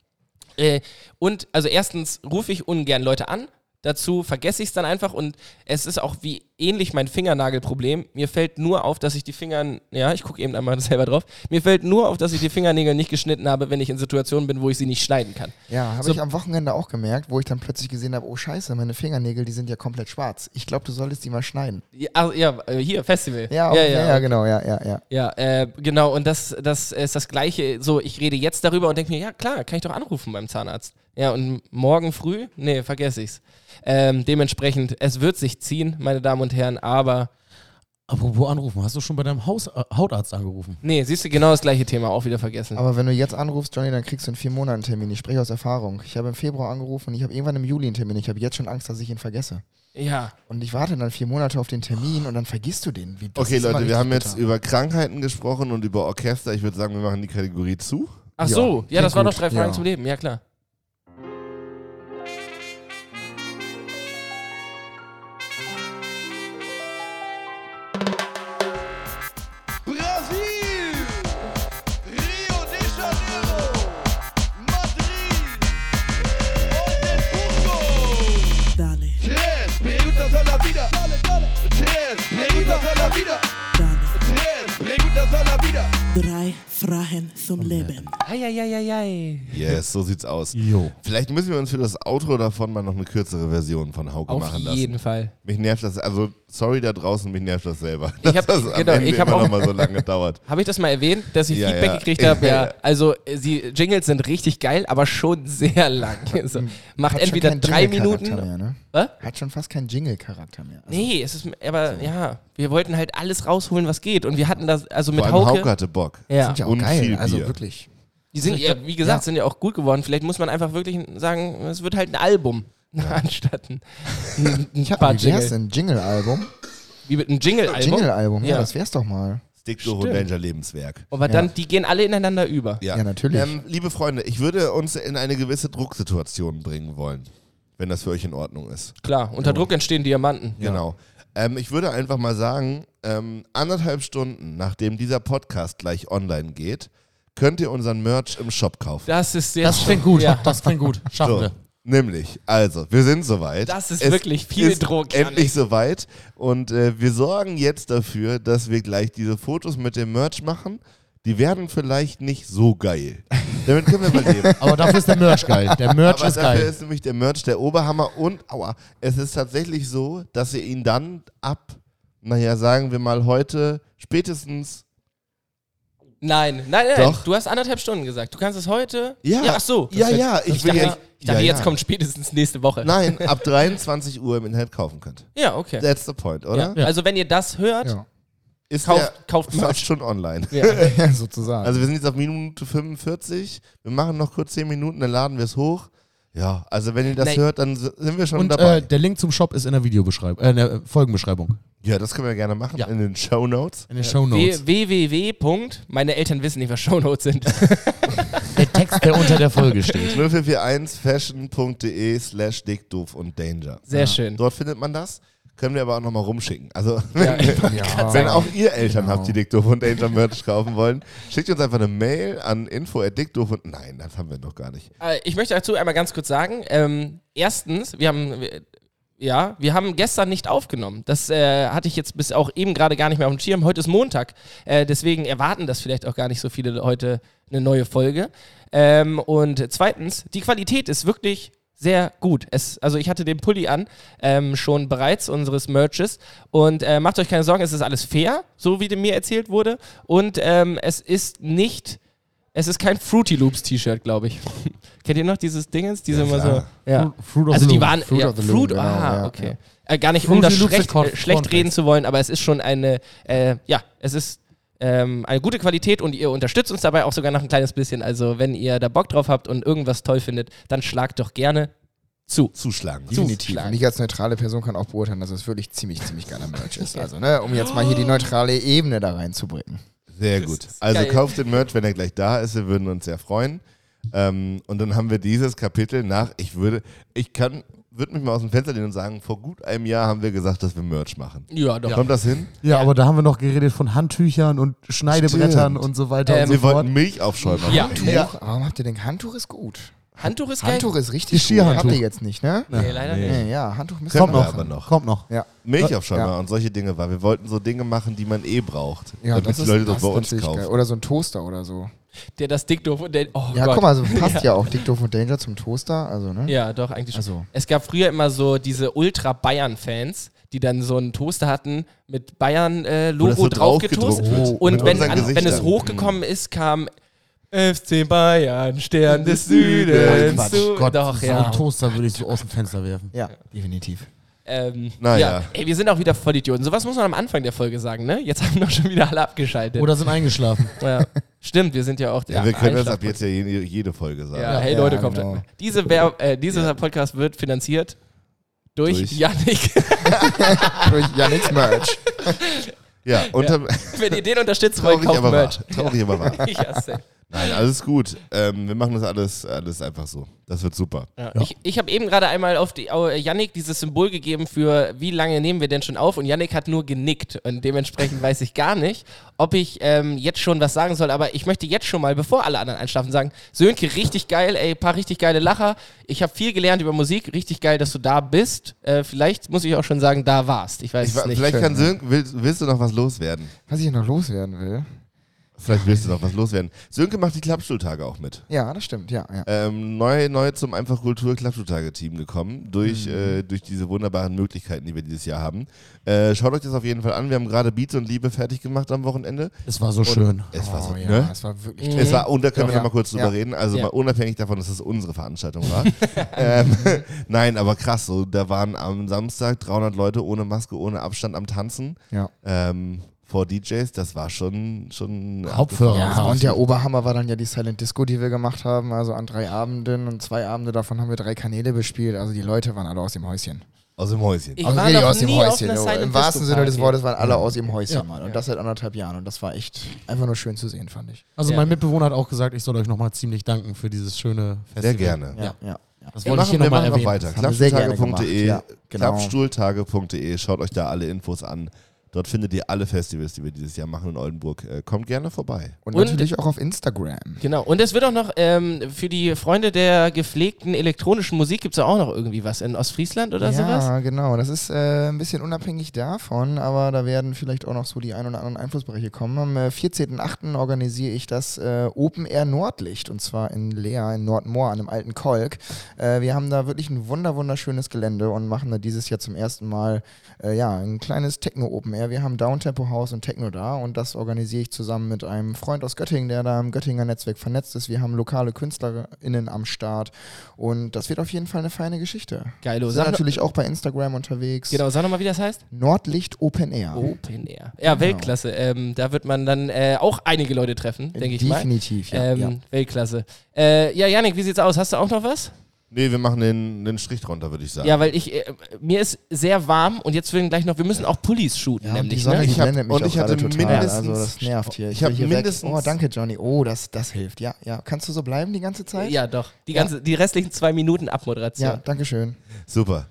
A: Äh, und also erstens rufe ich ungern Leute an. Dazu vergesse ich es dann einfach und es ist auch wie ähnlich mein Fingernagelproblem. Mir fällt nur auf, dass ich die Finger, ja, ich gucke eben einmal selber drauf. Mir fällt nur auf, dass ich die Fingernägel nicht geschnitten habe, wenn ich in Situationen bin, wo ich sie nicht schneiden kann.
E: Ja, habe
A: So-
E: ich am Wochenende auch gemerkt, wo ich dann plötzlich gesehen habe, oh scheiße, meine Fingernägel, die sind ja komplett schwarz. Ich glaube, du solltest die mal schneiden.
A: Ja, ah, ja äh, hier Festival.
E: Ja, okay, ja, ja, genau, ja, ja, ja.
A: Ja, äh, genau, und das, das ist das Gleiche. So, ich rede jetzt darüber und denke mir, ja klar, kann ich doch anrufen beim Zahnarzt. Ja, und morgen früh? Nee, vergesse ich's. Ähm, dementsprechend, es wird sich ziehen, meine Damen und Herren, aber
D: Apropos anrufen, hast du schon bei deinem Haus, äh, Hautarzt angerufen?
A: nee, siehst du genau das gleiche Thema, auch wieder vergessen.
E: Aber wenn du jetzt anrufst, Johnny, dann kriegst du in vier Monaten einen Termin. Ich spreche aus Erfahrung. Ich habe im Februar angerufen und ich habe irgendwann im Juli einen Termin. Ich habe jetzt schon Angst, dass ich ihn vergesse.
A: ja.
E: Und ich warte dann vier Monate auf den Termin und dann vergisst du den. Wie, das
B: Okay,
E: ist immer
B: Leute, wir
E: richtig
B: haben jetzt
E: bitter.
B: über Krankheiten gesprochen und über Orchester. Ich würde sagen, wir machen die Kategorie zu.
A: Ach so, ja,
E: klingt
A: das waren noch
E: gut,
A: drei Fragen
E: ja.
A: zum Leben, ja klar.
F: Brasil, Rio de Janeiro, Madrid und Hamburg.
G: dale,
F: Tres preguntas a la vida. Tres preguntas a la vida.
G: dale.
F: Tres preguntas a la vida.
G: Drei Fragen zum Leben.
A: Eieieiei.
B: Yes, so sieht's aus.
D: Jo.
B: Vielleicht müssen wir uns für das Outro davon mal noch eine kürzere Version von Hauke
A: Auf
B: machen lassen.
A: jeden Fall.
B: Mich nervt das, also sorry da draußen, mich nervt das selber.
A: Ich hab-
B: dass das
A: genau,
B: am Ende
A: ich hab
B: immer
A: auch-
B: noch mal so lange dauert.
A: Habe ich das mal erwähnt, dass ich
B: Ja,
A: Feedback
B: ja.
A: gekriegt habe?
B: Ja,
A: Ja.
B: ja.
A: Also äh, sie, Jingles sind richtig geil, aber schon sehr lang. Also, macht
E: Hm. Hat schon
A: entweder
E: keinen
A: drei
E: Jingle-Charakter
A: Minuten.
E: Mehr, ne?
A: Hä?
E: Hat schon fast keinen Jingle-Charakter mehr. Also,
A: Nee, es ist, aber ja, wir wollten halt alles rausholen, was geht. Und wir hatten das, also mit
B: Vor allem
A: Hauke.
B: Hauke hatte Bock.
A: ja,
E: sind ja auch
B: Und viel
E: geil. Also
B: Bier.
E: wirklich.
A: die sind ja, wie gesagt,
E: Ja.
A: sind ja auch gut geworden. Vielleicht muss man einfach wirklich sagen, es wird halt ein Album. Anstatt ein, ein, ein paar
E: Wie
A: Jingle.
E: wär's denn? Jingle-Album?
A: Wie mit einem Jingle-Album.
E: Jingle-Album, ja.
A: Ja.
E: das wär's doch mal.
B: Stick to
A: Stimmt.
B: Danger Lebenswerk.
A: aber dann, die gehen alle ineinander über.
E: Ja, natürlich.
B: Ähm, liebe Freunde, ich würde uns in eine gewisse Drucksituation bringen wollen, wenn das für euch in Ordnung ist.
A: Klar, unter Druck entstehen Diamanten.
B: Genau. Ähm, ich würde einfach mal sagen, ähm, anderthalb Stunden, nachdem dieser Podcast gleich online geht, könnt ihr unseren Merch im Shop kaufen.
A: Das ist sehr
D: Das klingt gut,
A: Ja.
D: das klingt gut. Schaffen
B: So,
D: wir.
B: nämlich, also, wir sind soweit.
A: ne. Das ist wirklich viel Druck,
B: Endlich
A: Janik.
B: soweit. Und äh, wir sorgen jetzt dafür, dass wir gleich diese Fotos mit dem Merch machen. Die werden vielleicht nicht so geil. Damit können wir mal leben.
D: Aber dafür ist der Merch geil. Der Merch
B: Aber
D: ist
B: dafür
D: geil.
B: ist nämlich der Merch der Oberhammer und aua, es ist tatsächlich so, dass ihr ihn dann ab, naja, sagen wir mal heute spätestens
A: Nein, nein, nein.
B: Doch.
A: Du hast anderthalb Stunden gesagt. Du kannst es heute.
B: Ja.
A: ach so.
B: Ja,
A: Das-
B: ja, ich
A: Ich
B: will
A: dachte,
B: jetzt-
A: ich dachte
B: ja,
A: jetzt
B: ja.
A: kommt spätestens nächste Woche.
B: nein, ab 23 Uhr im Inhalt kaufen könnt.
A: Ja, okay.
B: That's the point,
A: ja.
B: oder?
A: Also, wenn ihr das hört,
E: Ja.
B: Ist
A: kauft,
B: der
A: kauft
B: fast
A: Merch.
B: schon online.
E: Ja, sozusagen.
B: Also wir sind jetzt auf Minute 45, wir machen noch kurz 10 Minuten, dann laden wir es hoch. Ja, also wenn ihr das
A: Nein.
B: hört, dann s- sind wir schon
D: Und
B: dabei.
D: äh, der Link zum Shop ist in der Videobeschreibung, äh, in der äh, Folgenbeschreibung.
B: ja, das können wir gerne machen
D: Ja.
B: in den Show Notes.
D: In den Show Notes.
A: www. Meine Eltern wissen nicht, was Shownotes sind.
D: Der Text, der unter der Folge steht.
B: 0441fashion.de slash dick, doof und danger.
A: Sehr schön.
B: Dort findet man das. Können wir aber auch nochmal rumschicken. Also,
A: Ja, ich-
E: ja.
B: wenn auch ihr Eltern habt, die Dick, Doof und Danger Merch kaufen wollen, schickt uns einfach eine Mail an info at dick, doof und... Nein, das haben wir noch gar nicht.
A: Äh, ich möchte dazu einmal ganz kurz sagen: ähm, Erstens, wir haben. wir- Ja, wir haben gestern nicht aufgenommen. Das äh, hatte ich jetzt bis auch eben gerade gar nicht mehr auf dem Schirm. Heute ist Montag. Äh, deswegen erwarten das vielleicht auch gar nicht so viele heute eine neue Folge. Ähm, und zweitens, die Qualität ist wirklich sehr gut. Es, also ich hatte den Pulli an, ähm, schon bereits unseres Merches. Und äh, macht euch keine Sorgen, es ist alles fair, so wie dem mir erzählt wurde. Und ähm, es ist nicht, es ist kein Fruity Loops T-Shirt, glaube ich. Kennt ihr noch dieses Dingens? Diese immer so.
B: klar.
A: Ja.
D: Fruit
A: Also die
D: Loom.
A: waren
E: Fruit
A: ja,
E: of the Loom,
A: Fruit,
E: genau,
A: aha,
E: ja,
A: okay.
E: ja.
A: Äh, gar nicht, um
H: Fruity
A: das
H: Loops
A: schlecht,
H: with Corn-
A: äh, schlecht
H: Cornflakes.
A: reden zu wollen, aber es ist schon eine, äh, ja, es ist ähm, eine gute Qualität und ihr unterstützt uns dabei auch sogar noch ein kleines bisschen. Also wenn ihr da Bock drauf habt und irgendwas toll findet, dann schlagt doch gerne zu.
B: Zuschlagen.
E: Definitiv. Und ich als neutrale Person kann auch beurteilen, dass es wirklich ziemlich, ziemlich geiler Merch ist. Also, ne, um jetzt mal hier die neutrale Ebene da reinzubringen.
B: Sehr gut. Also
A: geil.
B: kauft den Merch, wenn er gleich da ist. Wir würden uns sehr freuen. Ähm, und dann haben wir dieses Kapitel nach, ich würde, ich kann, würde mich mal aus dem Fenster lehnen und sagen, vor gut einem Jahr haben wir gesagt, dass wir Merch machen.
A: Ja, doch.
B: Kommt das hin?
D: Ja, aber da haben wir noch geredet von Handtüchern und Schneidebrettern
B: Stimmt.
D: und so weiter
A: Ähm,
D: und so
B: wir
D: fort.
B: wollten Milch aufschäumen.
A: Ja.
E: Ja. Warum habt ihr denn Handtuch ist gut?
A: Handtuch ist geil.
E: Handtuch ist
D: Die
E: richtig gut.
D: Skierhandtuch.
E: Habt ihr jetzt nicht, ne?
A: Nee, leider nicht.
E: Nee, ja, Handtuch müsst ihr
B: Kommt
D: Kommt
B: noch.
D: noch.
B: aber noch.
D: Kommt noch.
E: Ja.
B: Milch aufschäumen
E: Ja.
B: und solche Dinge war. Wir wollten so Dinge machen, die man eh braucht.
E: Ja,
B: damit
E: das
B: die
E: ist,
B: Leute
E: das
B: das bei uns
E: natürlich
B: kaufen.
E: geil. Oder so ein Toaster oder so.
A: Der das dick doof und der, oh
E: Ja,
A: Gott.
E: guck mal, so passt ja. auch Dick Doof und Danger zum Toaster. Also, ne?
A: Ja, doch, eigentlich schon.
E: Also.
A: Es gab früher immer so diese Ultra-Bayern-Fans, die dann so einen Toaster hatten mit äh,
B: Wo das
A: Bayern-Logo
B: so
A: drauf
B: draufgedruckt
A: getoast.
B: wird. Mit
A: Oh, Und wenn,
B: unseren
A: an, wenn es
B: Gesichtern.
A: hochgekommen ist, kam FC Bayern, Stern des Südens.
D: Quatsch,
A: Du-
D: Gott,
A: doch,
D: so
A: ja.
D: einen Toaster würde ich so aus dem Fenster werfen.
E: Ja, definitiv.
A: Ähm,
B: Na
A: ja.
B: ja.
A: Ey, wir sind auch wieder Vollidioten. Sowas muss man am Anfang der Folge sagen, ne? Jetzt haben doch schon wieder alle abgeschaltet.
D: Oder sind eingeschlafen.
A: ja. Stimmt, wir sind ja auch der.
B: Ja, wir können das
A: Einschlaf-
B: ab jetzt ja jede, jede Folge sagen.
A: Ja, hey Leute,
E: Ja,
A: kommt.
E: genau.
A: Diese Wer äh, dieser Podcast wird finanziert durch,
B: Durch.
A: Yannick.
E: Durch Yannick's Merch.
B: Ja, unter,
A: Wenn ihr den unterstützt wollt,
B: traurig,
A: kauft
B: aber wahr.
A: Merch.
B: Traurig, aber wahr.
A: Ich hasse den.
B: Nein, alles gut. Ähm, wir machen das alles, alles einfach so. Das wird super.
A: Ja. Ich, ich habe eben gerade einmal auf die, au- äh, Yannick dieses Symbol gegeben für, wie lange nehmen wir denn schon auf? Und Yannick hat nur genickt. Und dementsprechend weiß ich gar nicht, ob ich ähm, jetzt schon was sagen soll. Aber ich möchte jetzt schon mal, bevor alle anderen einschlafen, sagen, Sönke, richtig geil, ey, paar richtig geile Lacher. Ich habe viel gelernt über Musik. Richtig geil, dass du da bist. Äh, vielleicht muss ich auch schon sagen, da warst. Ich weiß
B: Ich,
A: es
B: wa-
A: nicht.
B: vielleicht
E: schön,
B: kann
E: ne?
B: Sönke, willst, willst du noch was loswerden?
E: Was ich noch loswerden will.
B: Vielleicht willst du noch was loswerden. Sönke macht die Klappstuhltage auch mit.
E: Ja, das stimmt, ja. ja.
B: Ähm, neu, neu zum Einfach Kultur Klappstuhltage-Team gekommen, durch,
E: Mhm.
B: äh, durch diese wunderbaren Möglichkeiten, die wir dieses Jahr haben. Äh, schaut euch das auf jeden Fall an. Wir haben gerade Beats und Liebe fertig gemacht am Wochenende.
D: Es war so schön.
B: Es war so,
E: oh, ja,
B: ne?
E: es war wirklich
B: Es war, und da können wir
E: Ja.
B: noch mal kurz drüber
E: Ja.
B: reden. Also
A: Ja.
B: mal unabhängig davon, dass es unsere Veranstaltung war. ähm, nein, aber krass, so, da waren am Samstag 300 Leute ohne Maske, ohne Abstand am Tanzen
E: Ja.
B: ähm, vor DJs. Das war schon. schon
D: Kopfhörer.
E: Ja, oh-
D: Also,
E: und der Oberhammer war dann ja die Silent Disco, die wir gemacht haben. Also an drei Abenden und zwei Abende davon haben wir drei Kanäle bespielt. Also die Leute waren alle aus dem Häuschen.
B: Aus dem Häuschen.
A: Ich
E: also
A: war
E: wirklich
A: noch
E: aus dem
A: nie auf
E: Häuschen.
A: einer
E: Junge.
A: Silent
E: Im wahrsten
A: Disco
E: Sinne des
A: Party.
E: Wortes waren alle aus dem Häuschen, Mann. Und
A: ja.
E: das seit anderthalb Jahren. Und das war echt einfach nur schön zu sehen, fand ich.
D: also
A: Ja.
D: mein Mitbewohner hat auch gesagt, ich soll euch nochmal ziemlich danken für dieses schöne Festival.
B: Sehr gerne.
E: Ja, ja. ja.
D: Das
B: Wir
D: wollte ich
B: machen,
D: hier
B: wir
D: nochmal
B: machen noch
D: erwähnen.
B: weiter.
E: Das haben wir sehr gerne
B: Klappstuhltage.de.
E: gemacht. Ja, genau.
B: Klappstuhltage.de. E, Schaut euch da alle Infos an. Dort findet ihr alle Festivals, die wir dieses Jahr machen in Oldenburg. Äh, kommt gerne vorbei.
E: Und,
A: Und-
E: natürlich auch auf Instagram.
A: Genau, und es wird auch noch, ähm, für die Freunde der gepflegten elektronischen Musik gibt es auch noch irgendwie was in Ostfriesland oder
E: ja,
A: sowas.
E: genau. Das ist äh, ein bisschen unabhängig davon, aber da werden vielleicht auch noch so die ein oder anderen Einflussbereiche kommen. Am äh, 14.08. organisiere ich das äh, Open Air Nordlicht und zwar in Leer, in Nordmoor, an dem alten Kolk. Äh, wir haben da wirklich ein wunder wunderschönes Gelände und machen da dieses Jahr zum ersten Mal äh, ja, ein kleines Techno-Open Air. Wir haben Downtempo House und Techno da und das organisiere ich zusammen mit einem Freund aus Göttingen, der da im Göttinger Netzwerk vernetzt ist. Wir haben lokale KünstlerInnen am Start und das wird auf jeden Fall eine feine Geschichte.
A: Geilo,
E: Wir sind
A: sag noch,
E: natürlich auch bei Instagram unterwegs.
A: genau, Oh, sag noch mal, wie das heißt.
E: Nordlicht Open Air.
A: Open Air.
E: Genau.
A: Ja, Weltklasse. Ähm, da wird man dann äh, auch einige Leute treffen, denke ich mal.
E: Definitiv, ja.
A: ähm, Weltklasse. Äh, ja, Janik, wie sieht's aus? Hast du auch noch was?
B: Nee, wir machen den, den Strich drunter, würde ich sagen.
A: Ja, weil ich, äh, mir ist sehr warm und jetzt werden gleich noch, wir müssen auch Pullis shooten,
E: ja. ja und die
A: nämlich.
E: Sonne,
A: Ne?
E: die
B: Ich hab-
E: blendet mich
B: und
E: auch
B: ich hatte
E: gerade total.
B: mindestens-
E: also das nervt hier.
B: ich
E: will
B: hab
E: hier weg.
B: mindestens-
E: Oh, danke Johnny. Oh, das, das hilft. Ja, ja. Kannst du so bleiben die ganze Zeit?
A: Ja, doch. Die,
E: Ja.
A: ganze, die restlichen zwei Minuten
E: Ja,
A: Abmoderation.
E: danke schön.
B: Super.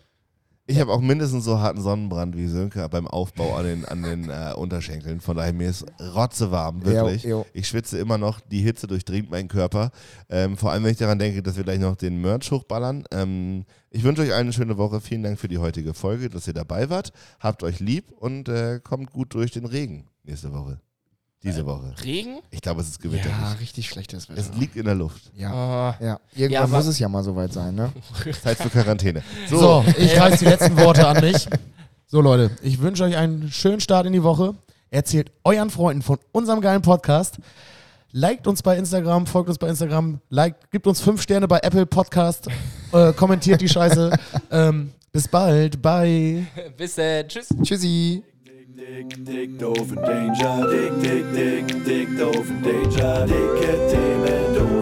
B: Ich habe auch mindestens so harten Sonnenbrand wie Sönke beim Aufbau an den, an den äh, Unterschenkeln. Von daher mir ist rotzewarm, wirklich.
E: Jo, jo.
B: Ich schwitze immer noch, die Hitze durchdringt meinen Körper. Ähm, vor allem, wenn ich daran denke, dass wir gleich noch den Merch hochballern. Ähm, ich wünsche euch allen eine schöne Woche. Vielen Dank für die heutige Folge, dass ihr dabei wart. Habt euch lieb und äh, kommt gut durch den Regen nächste Woche. Diese Woche.
A: Regen?
B: Ich glaube, es ist
E: Ja,
B: gewitterlich.
E: richtig schlechtes Wetter.
B: Es liegt in der Luft.
E: ja.
A: Oh.
E: Ja,
A: Ja,
E: irgendwann
A: aber-
E: muss es ja mal soweit sein, ne?
B: Zeit für Quarantäne. So,
D: So, ich reiß die letzten Worte an mich. So, Leute, ich wünsche euch einen schönen Start in die Woche. Erzählt euren Freunden von unserem geilen Podcast. Liked uns bei Instagram, folgt uns bei Instagram, liked, gibt uns fünf Sterne bei Apple Podcast, äh, kommentiert die Scheiße. ähm, bis bald, bye.
A: Bis äh, tschüss.
E: Tschüssi.
F: Dick, dick, doofen Danger. Dick, dick, dick, dick, doofen Danger. Dicke Themen, doofen